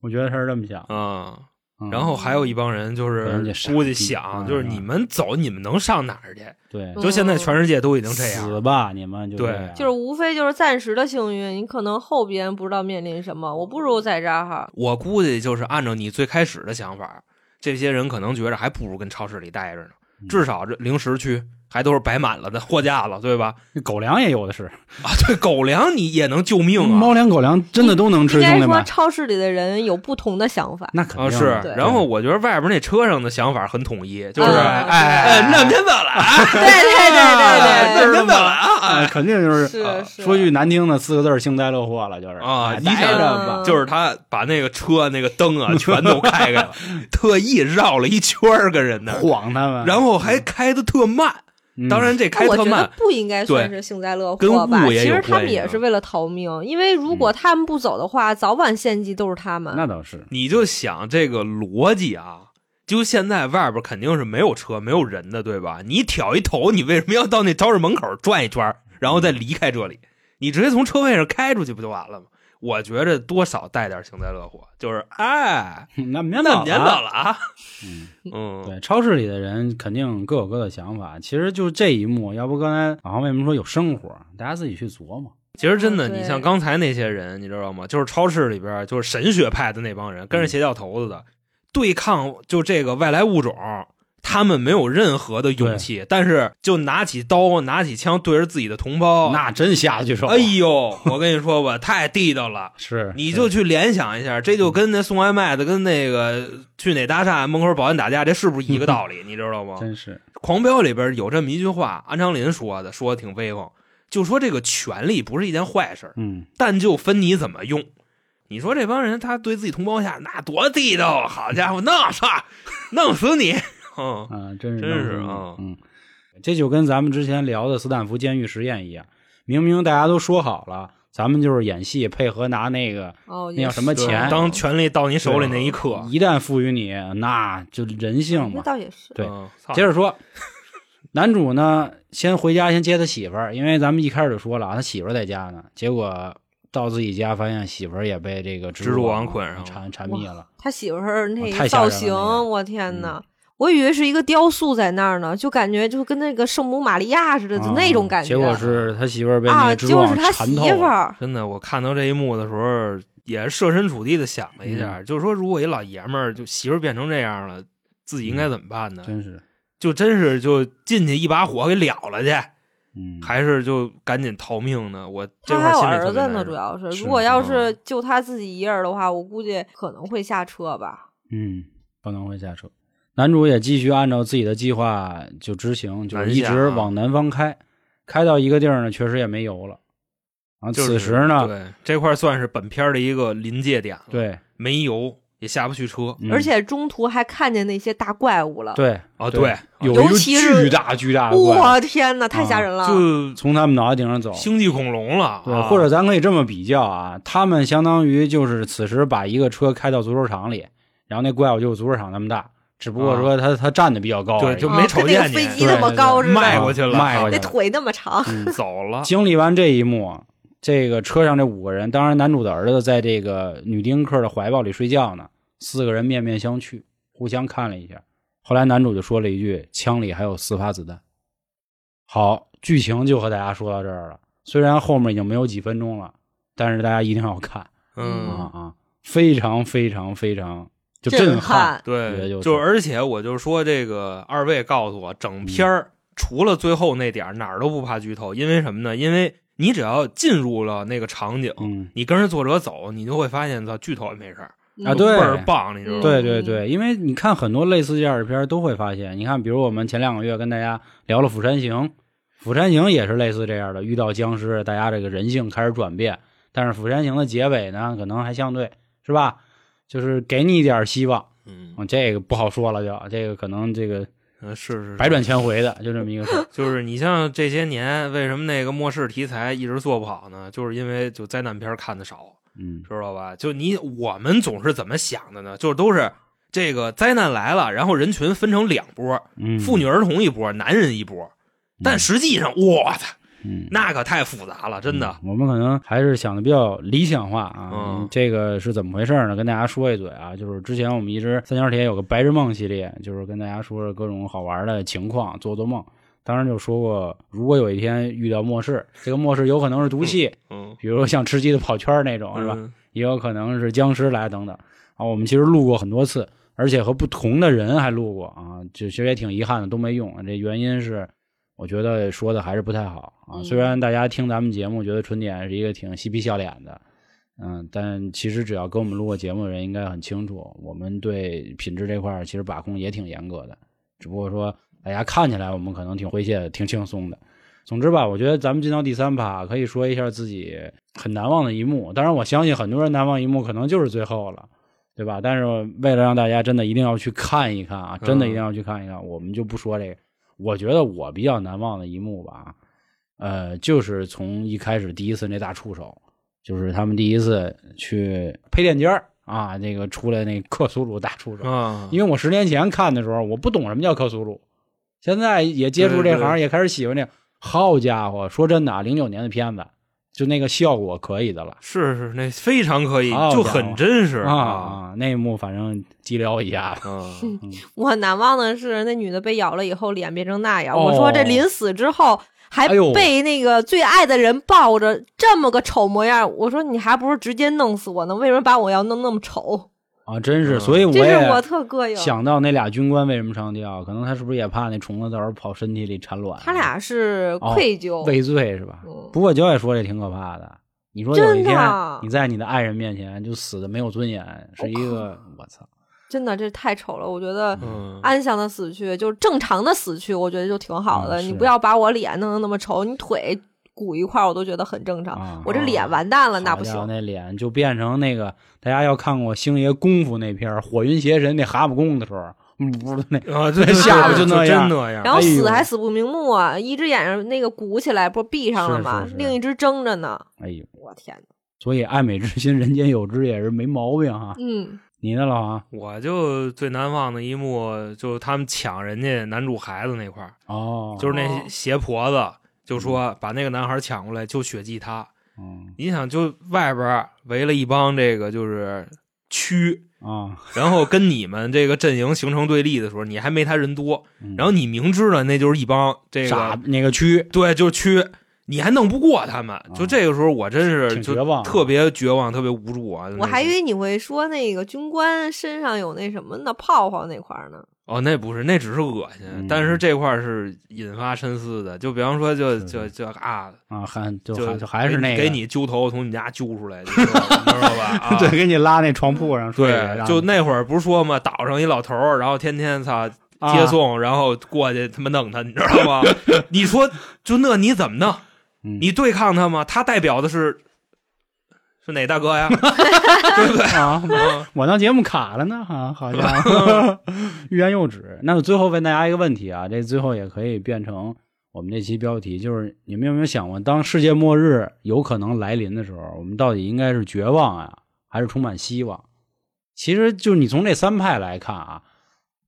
Speaker 3: 我觉得他是这么想。
Speaker 4: 嗯，
Speaker 3: 嗯
Speaker 4: 然后还有一帮人就
Speaker 3: 人
Speaker 4: 是
Speaker 3: 家傻逼
Speaker 4: 估计想，
Speaker 3: 嗯
Speaker 4: 就是你们走，你们能上哪儿去？
Speaker 3: 对，
Speaker 5: 嗯
Speaker 4: 就现在全世界都已经这样了，
Speaker 3: 死吧你们就
Speaker 4: 对
Speaker 3: 这样
Speaker 5: 就是无非就是暂时的幸运，你可能后边不知道面临什么，我不如在这儿哈。
Speaker 4: 我估计就是按照你最开始的想法，这些人可能觉着还不如跟超市里待着呢，
Speaker 3: 嗯
Speaker 4: 至少这零食区还都是摆满了的货架了，对吧？ *laughs*
Speaker 3: 那狗粮也有的是，
Speaker 4: 啊，对，狗粮你也能救命啊
Speaker 3: 嗯猫！粮狗粮真的都能
Speaker 5: 应
Speaker 3: 吃，兄
Speaker 5: 该
Speaker 3: 弟
Speaker 5: 说
Speaker 3: 们。
Speaker 5: 超市里的人有不同的想法。
Speaker 3: 那肯
Speaker 4: 啊
Speaker 3: 定
Speaker 4: 是
Speaker 3: 的，
Speaker 5: 对
Speaker 4: 然后我觉得外边那车上的想法很统一， *laughs* 就是
Speaker 5: 嗯
Speaker 4: 哎
Speaker 5: 对
Speaker 4: 哎，那真的了啊，
Speaker 5: 对对对
Speaker 4: 那
Speaker 5: 对对，
Speaker 4: 真的了啊
Speaker 3: 啊，，肯定就是
Speaker 4: 哎
Speaker 5: 是是
Speaker 3: 说句难听的，四个字儿幸灾乐祸了，就是
Speaker 4: 啊
Speaker 3: 哎
Speaker 4: 一
Speaker 3: 待
Speaker 4: 下
Speaker 3: 着吧，
Speaker 4: 就是他把那个车那个灯啊全都开开了， *laughs* 特意绕了一圈儿跟人那儿，
Speaker 3: 晃他们。
Speaker 4: 然后还开的特慢。
Speaker 3: 嗯
Speaker 4: 当，然这开
Speaker 5: 我
Speaker 4: 特
Speaker 5: 觉得
Speaker 4: 慢，
Speaker 5: 不应该算是幸灾乐
Speaker 4: 对
Speaker 5: 祸吧？
Speaker 4: 跟物也
Speaker 5: 其
Speaker 4: 有
Speaker 5: 实他
Speaker 4: 关
Speaker 5: 们
Speaker 4: 系
Speaker 5: 也
Speaker 4: 啊嗯
Speaker 5: 是为了逃命，因为如果他们不走的话，早晚献祭都是他们。
Speaker 3: 那倒是，
Speaker 4: 你就想这个逻辑啊。就现在外边肯定是没有车、没有人的，对吧？你挑一头，你为什么要到那超市门口转一圈儿，然后再离开这里？你直接从车位上开出去不就完了吗？我觉着多少带点幸灾乐祸，就是哎，
Speaker 3: 那免
Speaker 4: 那年
Speaker 3: 了
Speaker 4: 到。了啊，
Speaker 3: 嗯
Speaker 4: 嗯，
Speaker 3: 对，超市里的人肯定各有各的想法。其实就这一幕，要不刚才老王为什么说有生活？大家自己去琢磨。
Speaker 4: 其实真的，
Speaker 5: 嗯对
Speaker 4: 你像刚才那些人，你知道吗？就是超市里边就是神学派的那帮人，
Speaker 3: 嗯
Speaker 4: 跟着邪教头子的，对抗就这个外来物种，他们没有任何的勇气，但是就拿起刀、拿起枪对着自己的同胞，
Speaker 3: 那真下得去手啊。
Speaker 4: 哦哎呦，我跟你说吧， *laughs* 太地道了。
Speaker 3: 是，嗯
Speaker 4: 你
Speaker 3: 是
Speaker 4: 就去联想一下，这就跟那送外卖的跟那个去哪搭讪门口保安打架，这是不是一个道
Speaker 3: *laughs*
Speaker 4: 理？你知道吗？
Speaker 3: 真是
Speaker 4: 狂飙里边有这么一句话，安长林说的，说的挺威风，就说这个权利不是一件坏事儿。
Speaker 3: 嗯，
Speaker 4: 但就分你怎么用。你说这帮人，他对自己同胞下那多地道啊！好家伙，弄死， *laughs* 弄死你！ *laughs* 嗯，
Speaker 3: 啊，真是
Speaker 4: 真是
Speaker 3: 弄死
Speaker 4: 啊
Speaker 3: 你嗯，这就跟咱们之前聊的斯坦福监狱实验一样，明明大家都说好了，咱们就是演戏配合拿那个，
Speaker 5: 哦，
Speaker 3: 那叫
Speaker 5: 也
Speaker 3: 什么
Speaker 5: 是
Speaker 3: 钱
Speaker 4: 当权力到你手里那一刻，
Speaker 3: 一旦赋予你，那就人性
Speaker 5: 那
Speaker 3: 嘛。
Speaker 5: 倒也是。
Speaker 3: 对
Speaker 4: 嗯，操
Speaker 3: 接着说，男主呢先回家，先接他媳妇儿，因为咱们一开始就说了啊，他媳妇儿在家呢。结果到自己家，发现媳妇儿也被这个蜘
Speaker 4: 蜘蛛
Speaker 3: 蛛
Speaker 4: 网捆上了
Speaker 3: 缠缠密了。
Speaker 5: 他媳妇儿那
Speaker 3: 哦太
Speaker 5: 个
Speaker 3: 吓人
Speaker 5: 造
Speaker 3: 了
Speaker 5: 型，
Speaker 3: 那个嗯
Speaker 5: 我天呐，我以为是一个雕塑在那儿呢，就感觉就跟那个圣母玛利亚似的，就
Speaker 3: 啊
Speaker 5: 那种感觉。
Speaker 3: 结果是他媳妇儿被那
Speaker 5: 啊，
Speaker 3: 个
Speaker 5: 就
Speaker 3: 蜘蛛网
Speaker 5: 是他
Speaker 3: 缠
Speaker 5: 媳
Speaker 3: 透
Speaker 5: 妇
Speaker 3: 了。
Speaker 5: 儿，
Speaker 4: 真的，我看到这一幕的时候，也是设身处地的想了一
Speaker 3: 嗯
Speaker 4: 下，就是说，如果一老爷们儿就媳妇儿变成这样了，自己应该怎么办呢？
Speaker 3: 真是，
Speaker 4: 就真是就进去一把火给了了去，
Speaker 3: 嗯，
Speaker 4: 还是就赶紧逃命呢？我这块儿
Speaker 5: 他还有
Speaker 4: 心里
Speaker 5: 儿
Speaker 4: 特别
Speaker 5: 子
Speaker 4: 难
Speaker 5: 呢，
Speaker 4: 受
Speaker 5: 主要是
Speaker 3: 是
Speaker 5: 如果要
Speaker 4: 嗯
Speaker 5: 是就他自己一人儿的话，我估计可能会下车吧。
Speaker 3: 嗯，可能会下车。男主也继续按照自己的计划就执行，就是
Speaker 4: 南
Speaker 3: 一
Speaker 4: 下
Speaker 3: 直
Speaker 4: 啊
Speaker 3: 往南方开，开到一个地儿呢，确实也没油了。然后
Speaker 4: 就是
Speaker 3: 此时呢，
Speaker 4: 对这块儿算是本片儿的一个临界点了。
Speaker 3: 对，
Speaker 4: 没油也下不去车
Speaker 3: 嗯
Speaker 5: 而且中途还看见那些大怪物了，
Speaker 3: 对
Speaker 4: 啊。
Speaker 3: 对，
Speaker 4: 对，
Speaker 3: 有
Speaker 5: 尤
Speaker 3: 一个
Speaker 5: 其是
Speaker 3: 巨大巨大的怪物啊
Speaker 5: 我天呐，太吓人了！
Speaker 4: 就
Speaker 3: 从他们脑袋顶上走。
Speaker 4: 星际恐龙了，
Speaker 3: 对，
Speaker 4: 啊
Speaker 3: 或者咱可以这么比较啊，他们相当于就是此时把一个车开到足球场里，然后那怪物就是足球场那么大，只不过说它它站的比较高而
Speaker 4: 啊对，
Speaker 3: 已。
Speaker 4: 就
Speaker 5: 啊
Speaker 4: 没瞅
Speaker 5: 跟那
Speaker 4: 见
Speaker 5: 个
Speaker 4: 你，
Speaker 5: 飞机
Speaker 3: 对
Speaker 5: 那么
Speaker 3: 对
Speaker 5: 高
Speaker 3: 对
Speaker 5: 似的，
Speaker 4: 迈过去了
Speaker 3: 迈过去
Speaker 5: 那
Speaker 3: 了
Speaker 5: 腿那么长，
Speaker 3: 嗯
Speaker 4: 走了，
Speaker 3: 经历完这一幕，这个车上这五个人，当然男主的儿子在这个女丁克的怀抱里睡觉呢，四个人面面相觑，互相看了一下。后来男主就说了一句：“枪里还有四发子弹。”好，剧情就和大家说到这儿了。虽然后面已经没有几分钟了，但是大家一定要看啊
Speaker 4: 嗯，
Speaker 3: 啊，非常非常非常就震
Speaker 5: 震
Speaker 3: 撼。
Speaker 5: 撼！
Speaker 4: 对，
Speaker 3: 也就是
Speaker 4: 就而且我就说这个二
Speaker 3: 嗯
Speaker 4: 位告诉我，整片儿除了最后那点儿哪儿都不怕剧透，因为什么呢？因为你只要进入了那个场景，
Speaker 3: 嗯
Speaker 4: 你跟着作者走，你就会发现，操，剧透也没事儿，
Speaker 3: 啊，
Speaker 5: 嗯
Speaker 4: 倍
Speaker 3: 对，
Speaker 4: 儿棒，你知道吗？
Speaker 3: 对对对，因为你看很多类似这样的片儿都会发现，你看，比如我们前两个月跟大家聊了《釜山行》，《釜山行》也是类似这样的，遇到僵尸，大家这个人性开始转变。但是《釜山行》的结尾呢，可能还相对是吧，就是给你一点希望。
Speaker 4: 嗯，
Speaker 3: 嗯，这个不好说了就，这个可能这个
Speaker 4: 嗯，是是是
Speaker 3: 百转千回的，就这么一个事儿。
Speaker 4: 就是你像这些年，为什么那个末世题材一直做不好呢？就是因为就灾难片看的少，
Speaker 3: 嗯，
Speaker 4: 知道吧？就你我们总是怎么想的呢？就是都是这个灾难来了，然后人群分成两波，
Speaker 3: 嗯
Speaker 4: 妇女儿童一波，男人一波。但实际上，我操，
Speaker 3: 嗯，
Speaker 4: 那可太复杂了，真的。
Speaker 3: 嗯我们可能还是想的比较理想化啊。
Speaker 4: 嗯
Speaker 3: 这个是怎么回事呢？跟大家说一嘴啊，就是之前我们一直三角铁有个白日梦系列，就是跟大家说说各种好玩的情况，做做梦。当时就说过，如果有一天遇到末世，这个末世有可能是毒气，
Speaker 4: 嗯，
Speaker 3: 比如像吃鸡的跑圈儿那种，是吧？
Speaker 4: 嗯？
Speaker 3: 也有可能是僵尸来等等啊。我们其实录过很多次，而且和不同的人还录过啊，就其实也挺遗憾的，都没用。啊这原因是我觉得说的还是不太好啊。
Speaker 5: 嗯
Speaker 3: 虽然大家听咱们节目觉得春点是一个挺嬉皮笑脸的。嗯，但其实只要跟我们录过节目的人应该很清楚，我们对品质这块儿其实把控也挺严格的。只不过说大家看起来我们可能挺诙谐的、挺轻松的。总之吧，我觉得咱们进到第三趴，可以说一下自己很难忘的一幕。当然，我相信很多人难忘一幕可能就是最后了，对吧？但是为了让大家真的一定要去看一看啊，真的一定要去看一看，我们就不说这个。我觉得我比较难忘的一幕吧，呃，就是从一开始第一次那大触手，就是他们第一次去配电间儿啊，那个出来那克苏鲁大触手，
Speaker 4: 啊，
Speaker 3: 因为我十年前看的时候，我不懂什么叫克苏鲁，现在也接触这
Speaker 4: 对对
Speaker 3: 行，也开始喜欢这个。好家伙，说真的啊，零九年的片子，就那个效果可以的了
Speaker 4: 是是，那非常可以，
Speaker 3: 好家
Speaker 4: 就
Speaker 3: 伙
Speaker 4: 很真实
Speaker 3: 哦啊啊！那一幕反正激撩一下子，
Speaker 4: 啊！
Speaker 5: 我难忘的是那女的被咬了以后脸变成那样，
Speaker 3: 哦
Speaker 5: 我说这临死之后还
Speaker 3: 哎呦
Speaker 5: 被那个最爱的人抱着这么个丑模样，我说你还不如直接弄死我呢？为什么把我要弄那么丑？
Speaker 3: 啊，真是，
Speaker 4: 嗯
Speaker 3: 所以我
Speaker 5: 这
Speaker 3: 也
Speaker 5: 是我特膈应。
Speaker 3: 想到那俩军官为什么上吊，可能他是不是也怕那虫子到时候跑身体里产卵？
Speaker 5: 他俩是
Speaker 3: 哦
Speaker 5: 愧疚，
Speaker 3: 畏罪是吧？
Speaker 5: 哦嗯
Speaker 3: 不过焦也说这挺可怕的。你说有一
Speaker 5: 真
Speaker 3: 天
Speaker 5: 的啊
Speaker 3: 你在你的爱人面前就死的没有尊严，是一
Speaker 5: 哦
Speaker 3: 个我操，
Speaker 5: 真的这太丑了。我觉得
Speaker 4: 嗯，
Speaker 3: 啊
Speaker 5: 安详的死去，就是正常的死去，我觉得就挺好的。
Speaker 3: 嗯是
Speaker 5: 你不要把我脸弄得那么丑，你腿鼓一块儿我都觉得很正常。
Speaker 3: 啊
Speaker 5: 我这脸完蛋了，那
Speaker 3: 好
Speaker 5: 不
Speaker 3: 家
Speaker 5: 行
Speaker 3: 伙，。那脸就变成那个大家要看过星爷功夫那片儿《火云邪神》那蛤蟆功的时候，嗯不是那
Speaker 4: 啊，对，
Speaker 3: 那 *laughs* 下巴就
Speaker 4: 就
Speaker 3: 那样
Speaker 4: 真那样。
Speaker 5: 然后
Speaker 3: 哎呦
Speaker 5: 死还死不瞑目啊，一只眼睛那个鼓起来，不是闭上了吗？
Speaker 3: 是是是
Speaker 5: 另一只睁着呢。
Speaker 3: 哎呦，
Speaker 5: 我天呐，
Speaker 3: 所以爱美之心，人间有之也是没毛病哈。
Speaker 5: 嗯，
Speaker 3: 你啊呢，老王？
Speaker 4: 我就最难忘的一幕，就是他们抢人家男主孩子那块儿，
Speaker 3: 哦，
Speaker 4: 就是
Speaker 5: 哦
Speaker 4: 那邪婆子就说把那个男孩抢过来就血祭他。
Speaker 3: 嗯
Speaker 4: 你想，就外边儿围了一帮这个就是蛆，
Speaker 3: 啊，
Speaker 4: 然后跟你们这个阵营形成对立的时候，你还没他人多，
Speaker 3: 嗯
Speaker 4: 然后你明知道那就是一帮这
Speaker 3: 傻
Speaker 4: 个
Speaker 3: 那个区
Speaker 4: 对，就是蛆。你还弄不过他们，就这个时候我真是
Speaker 3: 啊挺
Speaker 4: 就
Speaker 3: 绝望的
Speaker 4: 特别绝望，特别无助啊！
Speaker 5: 我还以
Speaker 4: 为。
Speaker 5: 为你会说那个军官身上有那什么呢，泡泡那块儿呢。
Speaker 4: 哦，那不是，那只是恶心，
Speaker 3: 嗯
Speaker 4: 但是这块儿是引发深思的。就比方说就，就是就啊，
Speaker 3: 啊，还就
Speaker 4: 就
Speaker 3: 还就还是那个 *laughs*
Speaker 4: 给你揪头，从你家揪出来，你知道吧你知道吧？啊，
Speaker 3: 对，给你拉那床铺上睡去，
Speaker 4: 对，
Speaker 3: 让
Speaker 4: 就
Speaker 3: 你
Speaker 4: 那会儿不是说嘛，岛上一老头儿，然后天天操
Speaker 3: 啊
Speaker 4: 接送，然后过去他妈弄他，你知道吗？ *laughs* 你说就那你怎么弄？
Speaker 3: 嗯 *laughs*
Speaker 4: 你对抗他吗？他代表的是是哪大哥呀？ *laughs* 对不对？ *laughs*
Speaker 3: 啊，
Speaker 4: 嗯
Speaker 3: 我当节目卡了呢，啊，好家伙，欲言又止。那我最后问大家一个问题啊，这最后也可以变成我们这期标题，就是你们有没有想过，当世界末日有可能来临的时候，我们到底应该是绝望啊，还是充满希望？其实就你从这三派来看啊，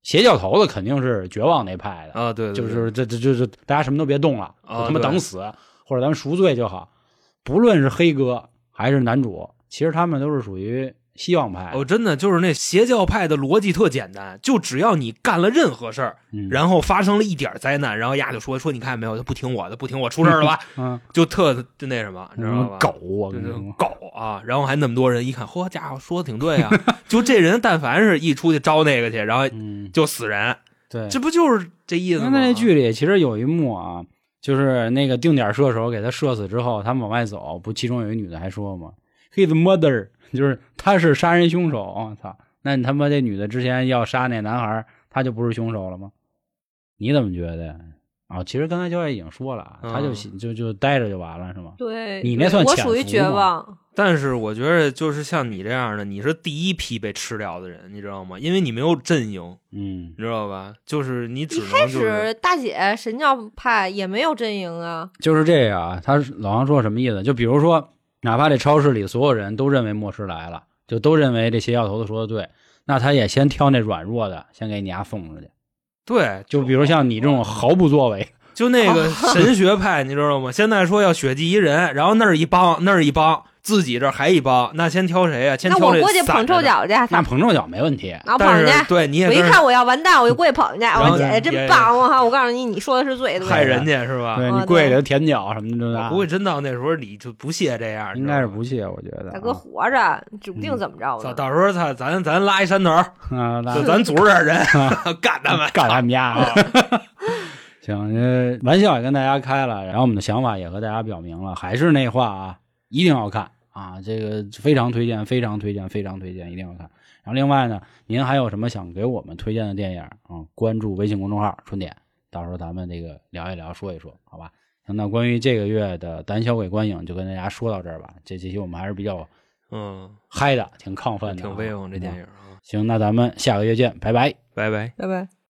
Speaker 3: 邪教头子肯定是绝望那派的，
Speaker 4: 啊，对对
Speaker 3: 就
Speaker 4: 对
Speaker 3: 是这这就是大家什么都别动了，
Speaker 4: 啊
Speaker 3: 就他妈
Speaker 4: 对
Speaker 3: 等死或者咱们赎罪就好。不论是黑哥还是男主，其实他们都是属于希望派的。
Speaker 4: 哦，真的就是那邪教派的逻辑特简单，就只要你干了任何事儿，
Speaker 3: 嗯
Speaker 4: 然后发生了一点灾难，然后丫就说说你看见没有，他不听我的，不听我，出事儿了吧？ *laughs*
Speaker 3: 嗯，
Speaker 4: 就特就那什么，你知道吧？
Speaker 3: 狗，我
Speaker 4: 就
Speaker 3: 跟你
Speaker 4: 那
Speaker 3: 说
Speaker 4: 种，狗啊，然后还那么多人一看，嚯家伙说的挺对啊， *laughs* 就这人但凡是一出去招那个去，然后
Speaker 3: 嗯，
Speaker 4: 就死人，
Speaker 3: 对。
Speaker 4: 这不就是这意思
Speaker 3: 那
Speaker 4: 吗？
Speaker 3: 那剧里其实有一幕啊，就是那个定点射手给他射死之后，他们往外走，不，其中有一女的还说嘛，his mother，就是 *laughs* 他是杀人凶手。我、操，那你他妈这女的之前要杀那男孩，他就不是凶手了吗？你怎么觉得呀？啊、其实刚才教练已经说了啊，他就喜就就待着就完了是吗？
Speaker 5: 对，
Speaker 3: 你那
Speaker 5: 对
Speaker 3: 算
Speaker 5: 我
Speaker 3: 潜
Speaker 5: 属于
Speaker 3: 伏
Speaker 5: 绝
Speaker 3: 吗
Speaker 5: 望，
Speaker 4: 但是我觉得，就是像你这样的，你是第一批被吃掉的人，你知道吗？因为你没有阵营，
Speaker 3: 嗯，
Speaker 4: 你知道吧？就是你只
Speaker 5: 一
Speaker 4: 能就
Speaker 5: 开始
Speaker 4: 是
Speaker 5: 大姐神教派也没有阵营啊，
Speaker 3: 就是这样啊。他是老王说什么意思？就比如说，哪怕这超市里所有人都认为末世来了，就都认为这邪教头子说的对，那他也先挑那软弱的，先给你丫送出去。
Speaker 4: 对，
Speaker 3: 就比如像你这种毫不作为，
Speaker 4: 就那
Speaker 5: *laughs*
Speaker 4: 个神学派，你知道吗？现在说要血祭一人，然后那儿一帮，那儿一帮，自己这儿还一帮，那先挑谁呀、啊先
Speaker 5: 那
Speaker 4: 挑
Speaker 5: 我
Speaker 4: 这
Speaker 5: 过去
Speaker 4: 散
Speaker 5: 捧
Speaker 4: 着
Speaker 5: 臭
Speaker 4: 的。
Speaker 5: 脚去，
Speaker 3: 那
Speaker 5: 然
Speaker 3: 捧臭脚没问题。
Speaker 5: 后
Speaker 4: 但
Speaker 5: 捧去
Speaker 4: 是。对你也
Speaker 5: 我一
Speaker 4: 跟着
Speaker 5: 看我要完蛋，我就过去捧去。
Speaker 4: 后
Speaker 5: 我姐姐
Speaker 4: 你也
Speaker 5: 真棒！我靠，我告诉你，你说的是最对的。
Speaker 4: 害人家是吧？
Speaker 3: 对
Speaker 5: 啊
Speaker 3: 你跪给他舔脚什么的，
Speaker 4: 我估计嗯真到那时候你就不屑这样，
Speaker 3: 啊应该是
Speaker 4: 你知道吗
Speaker 3: 不屑，我觉得。
Speaker 5: 大哥活着，指不定怎么着
Speaker 4: 啊嗯到
Speaker 5: 呢。
Speaker 4: 到时候他咱咱拉一山头，
Speaker 3: 啊，那
Speaker 1: 哎
Speaker 4: 就咱组织点人 *laughs* 干他们。
Speaker 3: 干他们家啊！ *laughs* 行，这玩笑也跟大家开了，然后我们的想法也和大家表明了，还是那话啊，一定要看啊，这个非常推荐，非常推荐，非常推荐，一定要看。然后另外呢，您还有什么想给我们推荐的电影啊、关注微信公众号“春点”，到时候咱们这个聊一聊，说一说，好吧？行，那关于这个月的胆小鬼观影就跟大家说到这儿吧。这这期我们还是比较
Speaker 4: 嗯，
Speaker 3: 嗨的，挺亢奋的啊，
Speaker 4: 挺威风这电
Speaker 3: 嗯
Speaker 4: 影啊，
Speaker 3: 行，那咱们下个月见，拜拜。
Speaker 4: 拜拜。
Speaker 5: 拜拜。